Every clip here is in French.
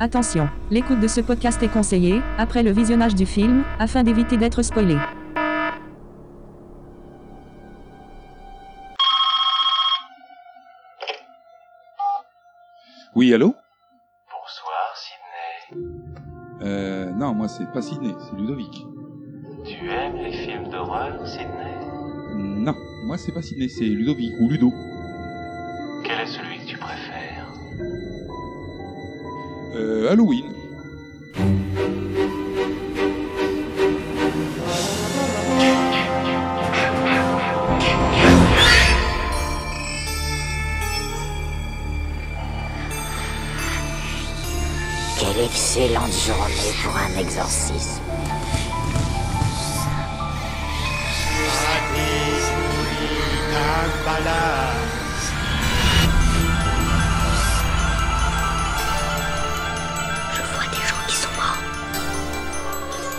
Attention, l'écoute de ce podcast est conseillée, après le visionnage du film, afin d'éviter d'être spoilé. Oui, allô Bonsoir, Sydney. euh, Non, moi c'est pas Sidney, c'est Ludovic. Tu aimes les films d'horreur, Sydney Non, moi c'est pas Sidney, c'est Ludovic ou Ludo. Quel est celui que tu préfères Euh, Halloween. Quelle excellente journée pour un exorcisme. Je vois des gens qui sont morts.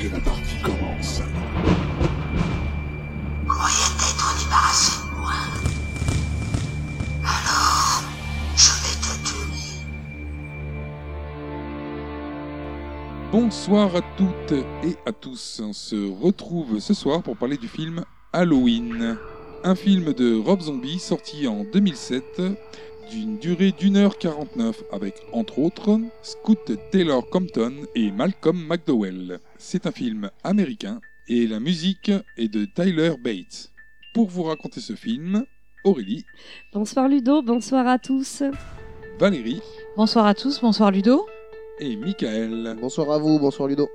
Et la partie commence. Croyez t'être débarrassé de moi. Alors, je vais te tuer. Bonsoir à toutes et à tous. On se retrouve ce soir pour parler du film Halloween. Un film de Rob Zombie sorti en 2007 d'une durée d'1h49 avec entre autres Scoot Taylor Compton et Malcolm McDowell. C'est un film américain et la musique est de Tyler Bates. Pour vous raconter ce film, Aurélie, Bonsoir Ludo, bonsoir à tous. Valérie Bonsoir à tous, bonsoir Ludo. et Michael. Bonsoir à vous, bonsoir Ludo.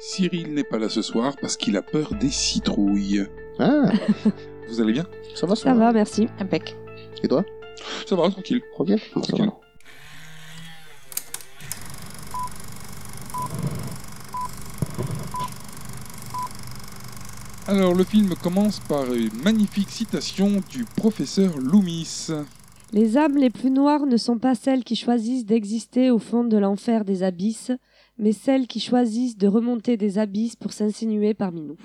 Cyril n'est pas là ce soir parce qu'il a peur des citrouilles. Ah, Vous allez bien ça va, Ça va, merci. Impec. Et toi Ça va, tranquille. Tranquille Ça va. Alors, le film commence par une magnifique citation du professeur Loomis. Les âmes les plus noires ne sont pas celles qui choisissent d'exister au fond de l'enfer des abysses, mais celles qui choisissent de remonter des abysses pour s'insinuer parmi nous.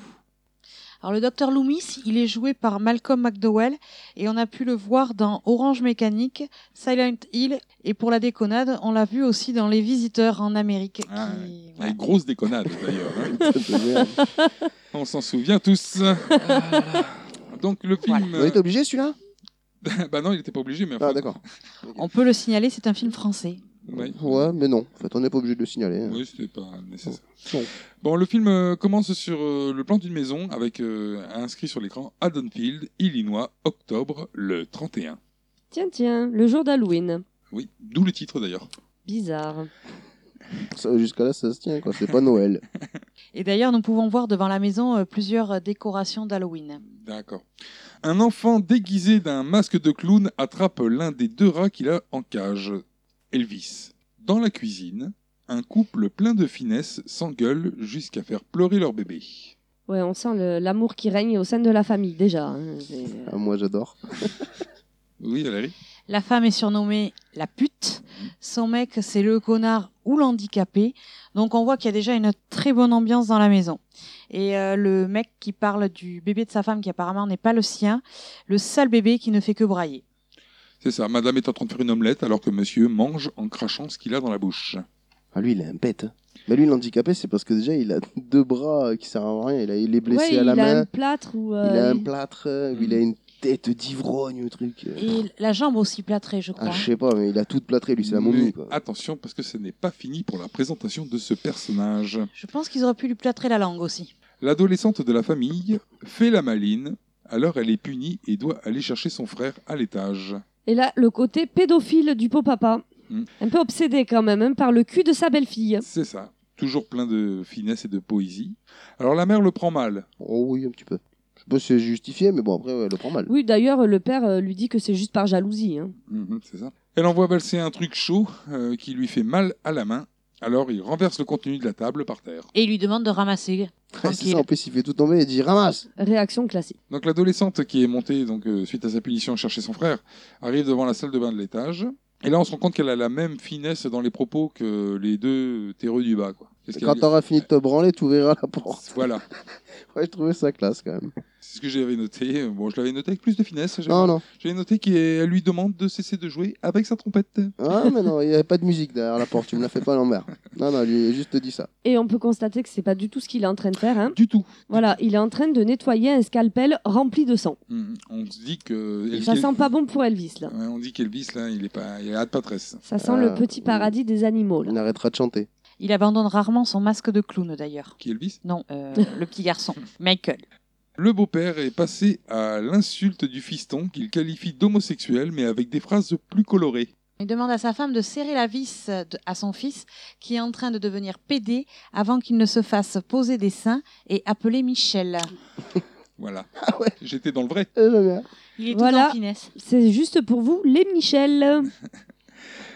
Alors le docteur Loomis, il est joué par Malcolm McDowell et on a pu le voir dans Orange Mécanique, Silent Hill et pour la déconnade, on l'a vu aussi dans Les Visiteurs en Amérique. Ah, qui- Ouais, voilà. grosse déconnade d'ailleurs. hein. On On s'en souvient tous. Donc le film. était obligé celui-là bah non, il n'était pas obligé, mais. Ah enfin, d'accord. On peut le signaler, c'est un film français. Ouais. Ouais, mais non. En fait, on n'est pas obligé de le signaler. hein. Oui, c'était pas nécessaire. Bon. Bon, le film euh, commence sur euh, le plan d'une maison avec euh, inscrit sur l'écran Haddonfield, Illinois, octobre le 31. Tiens, tiens, le jour d'Halloween. Oui, d'où le titre d'ailleurs. Bizarre. Ça, Jusqu'à là, ça se tient quoi. C'est pas Noël. Et d'ailleurs, nous pouvons voir devant la maison euh, plusieurs euh, décorations d'Halloween. D'accord. Un enfant déguisé d'un masque de clown attrape l'un des deux rats qu'il a en cage, Elvis. Dans la cuisine, un couple plein de finesse s'engueule jusqu'à faire pleurer leur bébé. Ouais, on sent le- l'amour qui règne au sein de la famille déjà. hein. C'est- Ah, moi j'adore. Oui, Valérie La femme est surnommée la pute, son mec c'est le connard ou l'handicapé, donc on voit qu'il y a déjà une très bonne ambiance dans la maison. Et euh, le mec qui parle du bébé de sa femme qui apparemment n'est pas le sien, le sale bébé qui ne fait que brailler. C'est ça, madame est en train de faire une omelette alors que monsieur mange en crachant ce qu'il a dans la bouche. Ah lui, il est un bête. hein. Mais lui, l'handicapé, c'est parce que déjà, il a deux bras euh, qui servent à rien. Il, a- il est blessé ouais, à la il a un main. plâtre ou. Il a euh, un plâtre. euh, Mm. Il a une tête d'ivrogne, le truc. euh. Et la jambe aussi plâtrée, je crois. Ah, je sais pas, mais il a tout plâtré, lui, c'est la momie. Mais Quoi. Attention, parce que ce n'est pas fini pour la présentation de ce personnage. Je pense qu'ils auraient pu lui plâtrer la langue aussi. L'adolescente de la famille fait la maline, alors elle est punie et doit aller chercher son frère à l'étage. Et là, le côté pédophile du pot papa. Mm. Hmm. Un peu obsédé quand même hein, par le cul de sa belle-fille. C'est ça, toujours plein de finesse et de poésie. Alors la mère le prend mal. Oh oui, un petit peu. Je sais pas si c'est justifié, mais bon, après, ouais, elle le prend mal. Oui, d'ailleurs, le père euh, lui dit que c'est juste par jalousie. hein. Mm-hmm. Mhm, c'est ça. Elle envoie valser un truc chaud euh, qui lui fait mal à la main, alors il renverse le contenu de la table par terre. Et il lui demande de ramasser. c'est Tranquille. ça, en plus, il fait tout tomber et dit ramasse Réaction classique. Donc l'adolescente qui est montée donc euh, suite à sa punition chercher son frère arrive devant la salle de bain de l'étage. Et là, on se rend compte qu'elle a la même finesse dans les propos que les deux terreux du bas. Quoi. C'est ce Quand qu'elle- t'auras fini de te branler, t'ouvriras la porte. Voilà, Ouais, je trouvais ça classe quand même. c'est ce que j'avais noté. Bon, je l'avais noté avec plus de finesse. j'avais- Non, non. J'avais noté qu'elle lui demande de cesser de jouer avec sa trompette. Ah, mais non, il n'y avait pas de musique derrière la porte. Tu me la fais pas à l'envers. Non, non, lui, juste dit ça. Et on peut constater que c'est pas du tout ce qu'il est en train de faire. hein. Du tout. Voilà, il est en train de nettoyer un scalpel rempli de sang. Mm, On se dit que. Ça sent pas bon pour Elvis, là. Ouais, on dit qu'Elvis, là, il est pas. Il a hâte patresse. Ça sent Euh, le petit paradis des animaux, là. On arrêtera de chanter. Il abandonne rarement son masque de clown d'ailleurs. Qui est Elvis Non, euh, le petit garçon, Michael. Le beau-père est passé à l'insulte du fiston qu'il qualifie d'homosexuel, mais avec des phrases plus colorées. Il demande à sa femme de serrer la vis euh, de- à son fils qui est en train de devenir PD avant qu'il ne se fasse poser des seins et appeler Michel. Voilà. Ah ouais. J'étais dans le vrai. Euh, Eh, j'aime bien. Il est Voilà. tout en finesse. C'est juste pour vous, les Michel.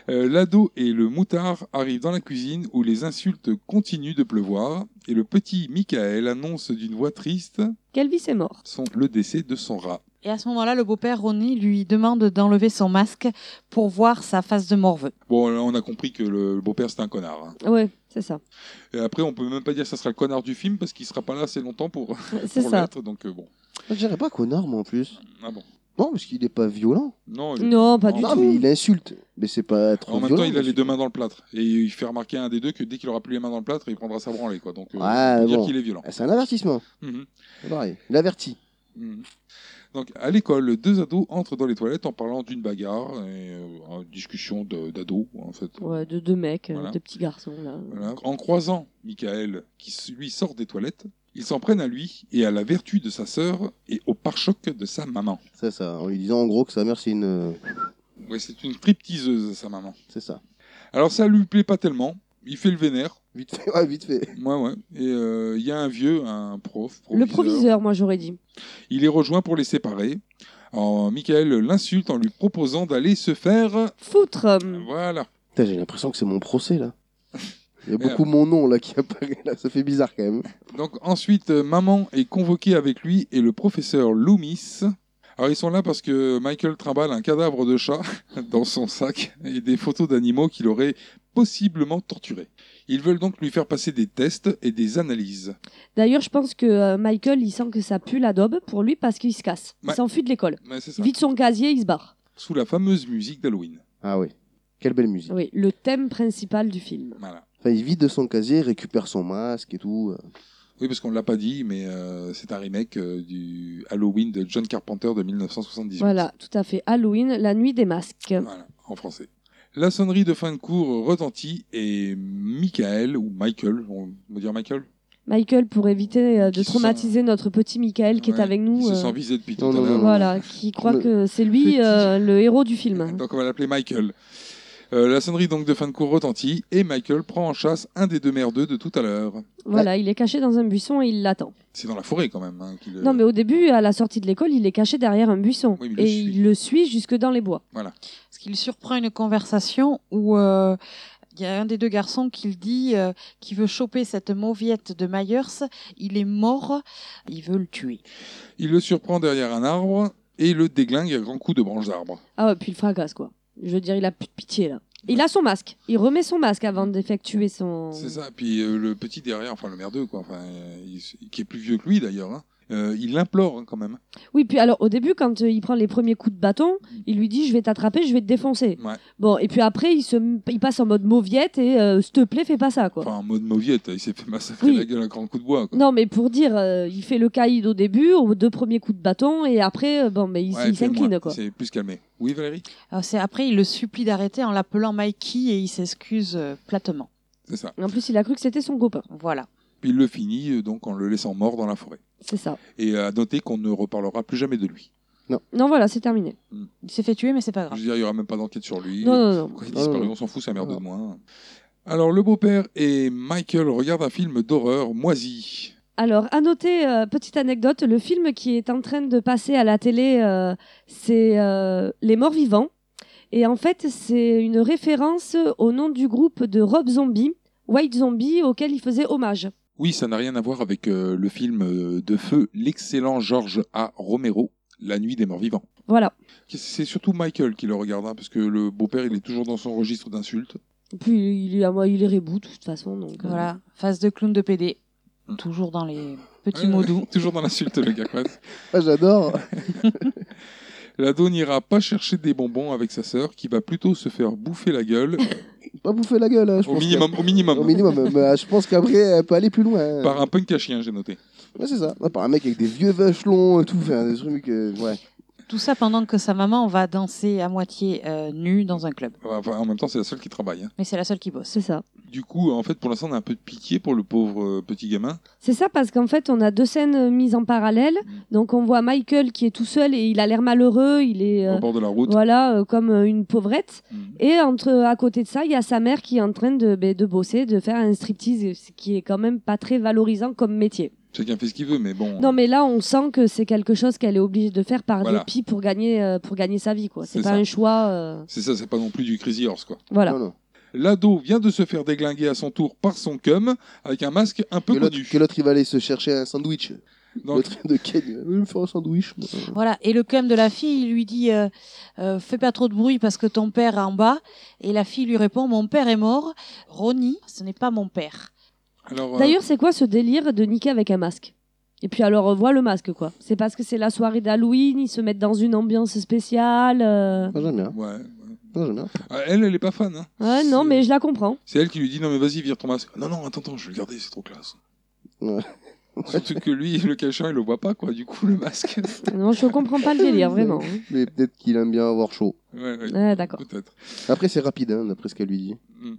Euh, L'ado et le moutard arrivent dans la cuisine où les insultes continuent de pleuvoir et le petit Michael annonce d'une voix triste Qu'Elvis est mort. son, le décès de son rat. Et à ce moment-là, le beau-père Ronnie lui demande d'enlever son masque pour voir sa face de morveux. Bon, là, on a compris que le, le beau-père c'est un connard. hein. Ah Ouais, c'est ça. Et après, on peut même pas dire que ça sera le connard du film parce qu'il sera pas là assez longtemps pour, C'est pour ça. l'être. Donc euh, bon. Je dirais pas connard, moi en plus. Ah bon. Non, parce qu'il est pas violent. Non. il- Non, pas du non, tout. mais il insulte. Mais c'est pas trop En même violent. temps, il a les monsieur. deux mains dans le plâtre et il fait remarquer à un des deux que dès qu'il aura plus les mains dans le plâtre, il prendra sa branlée quoi. Donc euh, Ouais, on peut dire bon. qu'il est violent. Ah, C'est un avertissement. Mhm. C'est pareil. Il avertit. Mhm. Donc, à l'école, deux ados entrent dans les toilettes en parlant d'une bagarre et euh, une discussion de- d'ados, en fait. Ouais, de deux mecs, euh, Voilà. deux petits garçons, là. Voilà. En croisant Michael, qui s- lui sort des toilettes, ils s'en prennent à lui et à la vertu de sa sœur et au pare-choc de sa maman. C'est ça. En lui disant en gros que sa mère, c'est une. euh, Ouais, c'est une stripteaseuse, sa maman. C'est ça. Alors, ça lui plaît pas tellement. Il fait le vénère. Vite fait. Ouais, vite fait. Ouais, ouais. Et euh, il y a un vieux, un prof. Le proviseur, moi, j'aurais dit. Il les rejoint pour les séparer. Alors, Michael l'insulte en lui proposant d'aller se faire. Foutre. euh, Voilà. Putain, j'ai l'impression que c'est mon procès là. Il y a Mais, beaucoup mon nom là qui apparaît là. Ça fait bizarre quand même. Donc ensuite, euh, maman est convoquée avec lui et le professeur Loomis. Alors ils sont là parce que Michael trimballe un cadavre de chat dans son sac et des photos d'animaux qu'il aurait possiblement torturés. Ils veulent donc lui faire passer des tests et des analyses. D'ailleurs, je pense que euh, Michael, il sent que ça pue la daube pour lui parce qu'il se casse. Il Ouais. s'enfuit de l'école. Ouais, c'est ça. Vide son casier, il se barre. Sous la fameuse musique d'Halloween. Ah oui. Quelle belle musique. Oui, le thème principal du film. Voilà. Enfin, il vide son casier, récupère son masque et tout. Oui, parce qu'on ne l'a pas dit, mais euh, c'est un remake euh, du Halloween de John Carpenter de 1978. Voilà, tout à fait. Halloween, la nuit des masques. Voilà, en français. La sonnerie de fin de cours euh, retentit et Michael, ou Michael, on va dire Michael Michael, pour éviter euh, de Qui se traumatiser notre petit Michael qui Ouais, est avec nous, Il se euh, sent visé depuis tout non, à non, l'heure. non, voilà, qui croit Le- que c'est lui Petit. euh, le héros du film. Donc on va l'appeler Michael. Euh, la sonnerie donc de fin de cours retentit et Michael prend en chasse un des deux merdeux de tout à l'heure. Voilà, il est caché dans un buisson et il l'attend. C'est dans la forêt quand même. hein, qu'il, euh, Non, mais au début, à la sortie de l'école, il est caché derrière un buisson Oui, mais il le et suit. il le suit jusque dans les bois. Parce qu'il surprend une conversation où euh, il y a un des deux garçons qui le dit euh, qui veut choper cette mauviette de Myers. Il est mort, il veut le tuer. Il le surprend derrière un arbre et le déglingue à grands coups de branches d'arbre. Ah ouais, puis il fracasse quoi. Je veux dire, il a plus de pitié là. Il a son masque. Il remet son masque avant d'effectuer son. C'est ça. Puis euh, le petit derrière, enfin le merdeux quoi, enfin, euh, il- qui est plus vieux que lui d'ailleurs, hein, euh, il l'implore hein, quand même. Oui, puis alors au début, quand euh, il prend les premiers coups de bâton, il lui dit Je vais t'attraper, je vais te défoncer. Ouais. Bon, et puis après, il, se... il passe en mode mauviette et euh, s'il te plaît, fais pas ça quoi. Enfin en mode mauviette, il s'est fait massacrer Oui. la gueule à grands coups de bois. Quoi. Non, mais pour dire, euh, il fait le caïd au début, aux deux premiers coups de bâton, et après, euh, bon, mais il s- Ouais, il puis au moins, s'incline, quoi. Il s'est plus calmé. Oui Valérie. Alors, Euh, c'est après, il le supplie d'arrêter en l'appelant Mikey et il s'excuse euh, platement. C'est ça. En plus, il a cru que c'était son copain. Voilà. Puis il le finit euh, donc en le laissant mort dans la forêt. C'est ça. Et euh, à noter qu'on ne reparlera plus jamais de lui. Non, voilà, c'est terminé. Il s'est fait tuer, mais c'est pas Je grave. veux dire, il n'y aura même pas d'enquête sur lui. Non, non, non. Pourquoi il Non, a disparu Ah, non, non. On s'en fout, sa merde de Non. moins. Alors, le beau-père et Michael regardent un film d'horreur moisi. Alors, à noter, euh, petite anecdote, le film qui est en train de passer à la télé, euh, c'est euh, Les Morts Vivants. Et en fait, c'est une référence au nom du groupe de Rob Zombie, White Zombie, auquel il faisait hommage. Oui, ça n'a rien à voir avec euh, le film euh, de feu, l'excellent Georges A. Romero, La nuit des morts vivants. Voilà. C'est surtout Michael qui le regarde, hein, parce que le beau-père, il est toujours dans son registre d'insultes. Puis il est à moi, il est reboot de toute façon. Donc, euh, Voilà, face de clown de PD. Hmm. Toujours dans les petits Ouais, mots ouais, doux. Euh, toujours dans l'insulte, le gars. quoi. Ah, j'adore. La Dawn n'ira pas chercher des bonbons avec sa sœur, qui va plutôt se faire bouffer la gueule, Pas bouffer la gueule. hein, je au pense minimum, au minimum, que- Au minimum. mais, euh, je pense qu'après, elle peut aller plus loin. hein. par un punk à chien, j'ai noté. Ouais, c'est ça. Ouais, par un mec avec des vieux vaches longs et tout. Enfin, des trucs. euh, ouais. Tout ça pendant que sa maman va danser à moitié euh, nue dans un club. Enfin, en même temps, c'est la seule qui travaille. hein. Mais c'est la seule qui bosse. c'est ça. Du coup, en fait, pour l'instant, on a un peu de pitié pour le pauvre euh, petit gamin. C'est ça parce qu'en fait, on a deux scènes euh, mises en parallèle. Mm. Donc on voit Michael qui est tout seul et il a l'air malheureux, il est euh, au bord de la route. voilà euh, comme euh, une pauvrette. Mm. Et entre euh, à côté de ça, il y a sa mère qui est en train de, ben, de bosser, de faire un striptease, ce qui est quand même pas très valorisant comme métier. Chacun fait ce qu'il veut, mais bon, Non, mais là, on sent que c'est quelque chose qu'elle est obligée de faire par Mm. Voilà. dépit pour gagner, euh, pour gagner sa vie. quoi. C'est C'est pas ça. un choix. euh, c'est ça, c'est pas non plus du Crazy Horse, quoi. Voilà. Non, non. L'ado vient de se faire déglinguer à son tour par son cum, avec un masque un peu Que l'autre- connu. que l'autre, il va aller se chercher un sandwich. Dans- L'autre de Ken, il va me faire un sandwich. moi. Voilà, et le cum de la fille, il lui dit euh, euh, Fais pas trop de bruit parce que ton père est en bas. Et la fille lui répond Mon père est mort. Ronnie, ce n'est pas mon père. Alors, euh, D'ailleurs, c'est quoi ce délire de niquer avec un masque Et puis alors, on voit le masque, quoi. C'est parce que c'est la soirée d'Halloween, ils se mettent dans une ambiance spéciale. euh. Ah, j'aime bien. ouais. Ah, j'aime bien. Euh, Elle, elle est pas fan. Hein. Ouais, non, C'est- mais je la comprends. C'est elle qui lui dit non mais vas-y vire ton masque. Non non attends attends je vais le garder c'est trop classe. Ouais. Surtout que lui le cachin il le voit pas quoi du coup le masque. Non, je comprends pas le délire, vraiment. Mais peut-être qu'il aime bien avoir chaud. Ouais, ouais, Ouais, d'accord. peut-être. Après, c'est rapide, hein, d'après ce qu'elle lui dit. Mm.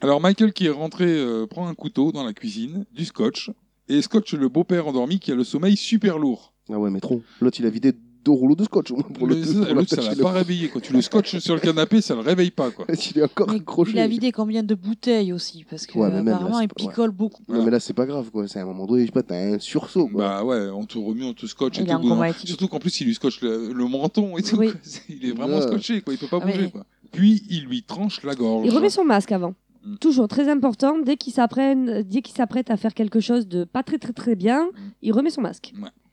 Alors Michael qui est rentré euh, prend un couteau dans la cuisine du scotch et scotch le beau-père endormi qui a le sommeil super lourd. Ah ouais, mais trop. L'autre, il a vidé deux rouleaux de scotch au moins pour le Mais ça, l'autre, ça l'a l'attacher, pas réveillé quand tu le scotches sur le canapé ça le réveille pas quoi. le- Il est encore Mais accroché. il a vidé combien de bouteilles aussi Parce que Oh, Ouais, mais même là, apparemment, c'est il pas- ouais. picole beaucoup. Non, mais là, c'est pas grave, quoi. C'est à un moment donné, je sais pas, t'as un sursaut, quoi. Ah. Bah ouais on te remue on te scotche et Il tout. est en bon, coma hein. éthylique. Surtout qu'en plus il lui scotche le, le menton et tout. Oui. quoi. Il est vraiment Ouais. scotché quoi il peut pas Ah, mais- bouger quoi. Puis il lui tranche la gorge. Il remet son masque avant. Mm. Toujours très important, dès qu'il s'apprenne- dès qu'il s'apprête à faire quelque chose de pas très très très bien, il remet son masque.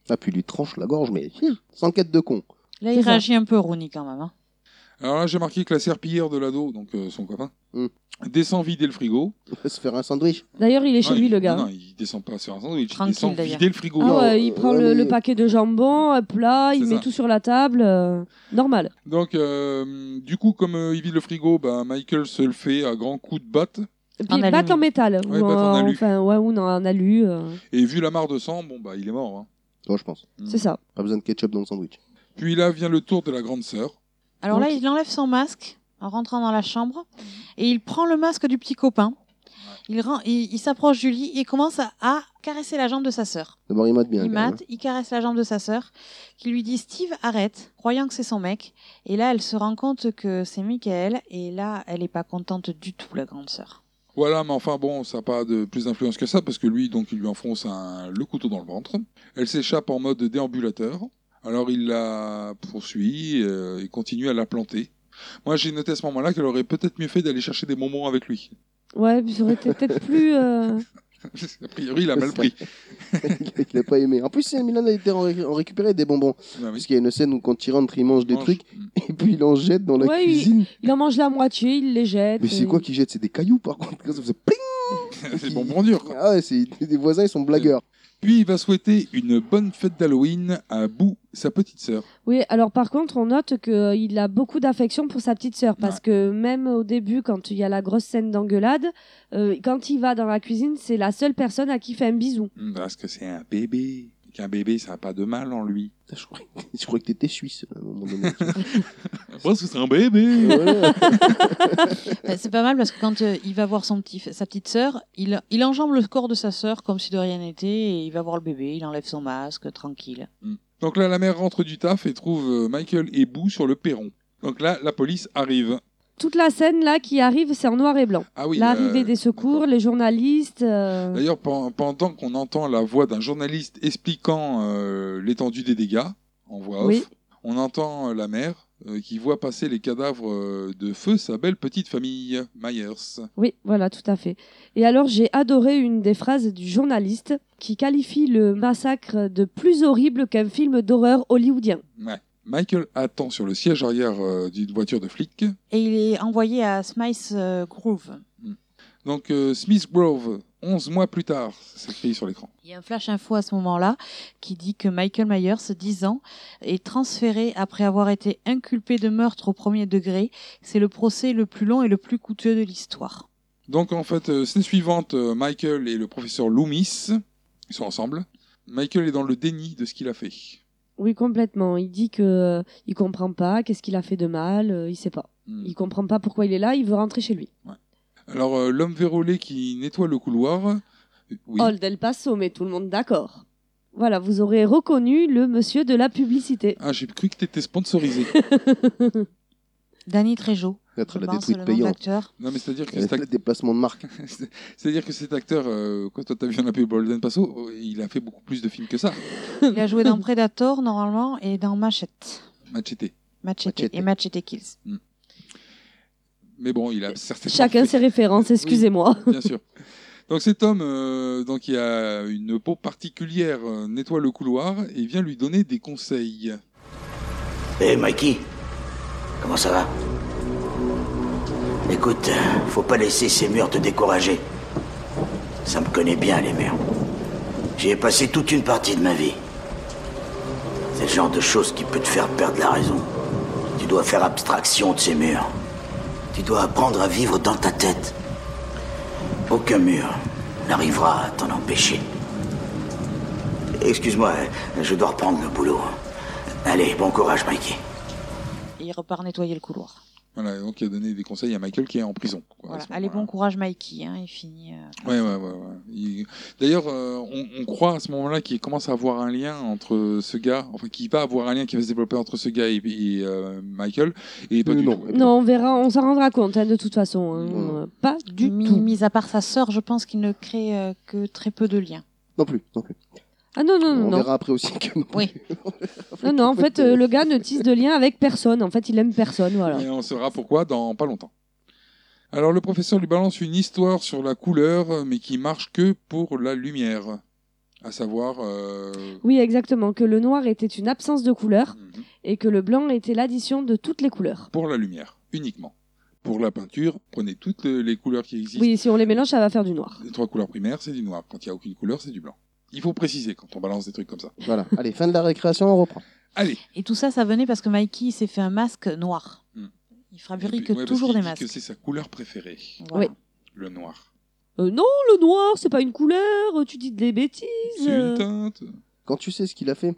Ah, puis il lui tranche la gorge, mais hum, sans quête de con. Là, C'est il ça. réagit un peu, Ronnie, quand même. hein. Alors là, j'ai marqué que la serpillière de l'ado, donc euh, son copain, Mm. descend vider le frigo. Il va se faire un sandwich. D'ailleurs, il est chez Non, lui, il- le gars. Non, non, il descend pas sur un sandwich, il Tranquille, descend d'ailleurs. vider le frigo. Ah Non, ouais, il euh, prend ouais, le, mais- le paquet de jambon, un plat, il C'est met ça. tout sur la table. euh, normal. Donc, euh, du coup, comme euh, il vide le frigo, bah, Michael se le fait à grands coups de batte. Et En puis batte alu. en métal. Ouais, ou batte en alu. Enfin, ouais, ou non, en alu. euh, Et vu la mare de sang, bon, bah, il est mort. hein. Toi, je pense. Mm. C'est ça. Pas besoin de ketchup dans le sandwich. Puis là vient le tour de la grande sœur. Alors là, Ok. il enlève son masque en rentrant dans la chambre et il prend le masque du petit copain. Il, ren- il, il s'approche du lit et commence à, à caresser la jambe de sa sœur. D'abord, il mate bien. Il quand même, mate, il caresse la jambe de sa sœur, qui lui dit Steve, arrête, croyant que c'est son mec. Et là, elle se rend compte que c'est Michael et là, elle est pas contente du tout, la grande sœur. Voilà, mais enfin bon, ça n'a pas de plus d'influence que ça, parce que lui, donc, il lui enfonce un- le couteau dans le ventre. Elle s'échappe en mode déambulateur. Alors il la poursuit euh, et continue à la planter. Moi, j'ai noté à ce moment-là qu'elle aurait peut-être mieux fait d'aller chercher des bonbons avec lui. Ouais, puis ça aurait été peut-être plus. euh, A priori, il a mal pris. hein. il a pas aimé. En plus, c'est- Milan a été en, ré- en récupérer des bonbons. Ah oui. Parce qu'il y a une scène où quand il rentre, il mange des Mange. hmm, trucs et puis il en jette dans la Ouais, il- cuisine. Il en mange la moitié, il les jette. Mais c'est et- quoi qu'il jette C'est des cailloux, par contre. Ça faisait pling C'est bon, bon dur. quoi. Ah ouais, c'est des voisins, ils sont blagueurs. Puis il va souhaiter une bonne fête d'Halloween à Boo, sa petite sœur. Oui, alors par contre, on note qu'il a beaucoup d'affection pour sa petite sœur. Parce Ouais. que même au début, quand il y a la grosse scène d'engueulade, euh, quand il va dans la cuisine, c'est la seule personne à qui il fait un bisou. Hmm, Parce que c'est un bébé. Qu'un bébé, ça n'a pas de mal en lui. Putain, Je croyais, je croyais que t'étais suisse à un moment donné. Parce que c'est un bébé. Ouais. Ben, c'est pas mal parce que quand euh, il va voir son petit, sa petite sœur, il, il enjambe le corps de sa sœur comme si de rien n'était et il va voir le bébé, il enlève son masque, tranquille. Donc là, la mère rentre du taf et trouve euh, Michael et Boo sur le perron. Donc là, la police arrive. Toute la scène là qui arrive, c'est en noir et blanc. Ah oui. L'arrivée euh, des secours, d'accord. Bah, les journalistes. euh, D'ailleurs, pen- pendant qu'on entend la voix d'un journaliste expliquant euh, l'étendue des dégâts, en voix off, Oui. on entend euh, la mère euh, qui voit passer les cadavres euh, de feu sa belle petite famille, Myers. Oui, voilà, tout à fait. Et alors, j'ai adoré une des phrases du journaliste qui qualifie le massacre de plus horrible qu'un film d'horreur hollywoodien. Ouais. Michael attend sur le siège arrière euh, d'une voiture de flic. Et il est envoyé à Smythe euh, Grove. Donc euh, Smith Grove, 11 mois plus tard, c'est écrit sur l'écran. Il y a un flash info à ce moment-là qui dit que Michael Myers, 10 ans, est transféré après avoir été inculpé de meurtre au premier degré. C'est le procès le plus long et le plus coûteux de l'histoire. Donc en fait, euh, c'est suivante, euh, Michael et le professeur Loomis, ils sont ensemble. Michael est dans le déni de ce qu'il a fait. Oui, complètement. Il dit que euh, il comprend pas, qu'est-ce qu'il a fait de mal, euh, il sait pas. Hmm. Il comprend pas pourquoi il est là, il veut rentrer chez lui. Alors euh, l'homme vérolé qui nettoie le couloir, euh, oui, Old El Paso, mais tout le monde d'accord. Voilà, vous aurez reconnu le monsieur de la publicité. ah j'ai cru que t'étais sponsorisé. Danny Trejo, Mettre la Barnes, détruite Ben, le nom de payante. l'acteur. non mais c'est-à-dire que Elle cet, fait ac- des déplacements de marque. c'est-à-dire que cet acteur, euh, quand toi t'as vu un appel Bolden Paso, euh, il a fait beaucoup plus de films que ça, Il a joué dans Predator normalement et dans Machette. Machete. Machete, Machete. et Machete Kills. Mais bon, il a certainement Chacun fait- ses références, excusez-moi. Bien sûr. Donc cet homme, euh, donc il a une peau particulière, euh, nettoie le couloir et vient lui donner des conseils. Hé Eh, Mikey, comment ça va Écoute, euh, faut pas laisser ces murs te décourager. Ça me connaît bien, les murs. J'y ai passé toute une partie de ma vie. C'est le genre de choses qui peut te faire perdre la raison. Tu dois faire abstraction de ces murs. Tu dois apprendre à vivre dans ta tête. Aucun mur n'arrivera à t'en empêcher. Excuse-moi, je dois reprendre le boulot. Allez, bon courage, Mikey. Et il repart nettoyer le couloir. Voilà, donc il a donné des conseils à Michael qui est en prison. quoi, à Voilà. ce Allez, bon moment-là. courage Mikey, hein, il finit. euh, Ouais, ouais, ouais. ouais. Il- D'ailleurs, euh, on, on croit à ce moment-là qu'il commence à avoir un lien entre ce gars, enfin qu'il va avoir un lien qui va se développer entre ce gars et, et, euh, Michael. Et pas Euh, du non. tout. Non, on verra, on s'en rendra compte hein, de toute façon. hein, Ouais. euh, Pas du mis, tout. mis à part sa sœur, je pense qu'il ne crée euh, que très peu de liens. Non plus, non plus. Ah non, non, on non, non. verra après aussi que. Hmm, Oui. Non, non, en fait, euh, le gars ne tisse de lien avec personne. En fait, il aime personne, voilà. Et on saura pourquoi dans pas longtemps. Alors le professeur lui balance une histoire sur la couleur, mais qui marche que pour la lumière. À savoir... euh, Oui, exactement, que le noir était une absence de couleur mhm, et que le blanc était l'addition de toutes les couleurs. Pour la lumière, uniquement. Pour la peinture, prenez toutes le- les couleurs qui existent. Oui, si on les mélange, ça va faire du noir. Les trois couleurs primaires, c'est du noir. Quand il n'y a aucune couleur, c'est du blanc. Il faut préciser quand on balance des trucs comme ça. Voilà. Allez, fin de la récréation, on reprend. Allez Et tout ça, ça venait parce que Mikey s'est fait un masque noir. Hmm. Il Et fabrique puis, ouais, parce toujours qu'il des dit masques. que c'est sa couleur préférée, Voilà. le noir. Euh, non, le noir, c'est pas une couleur, euh, tu dis des bêtises. euh. C'est une teinte. Quand tu sais ce qu'il a fait,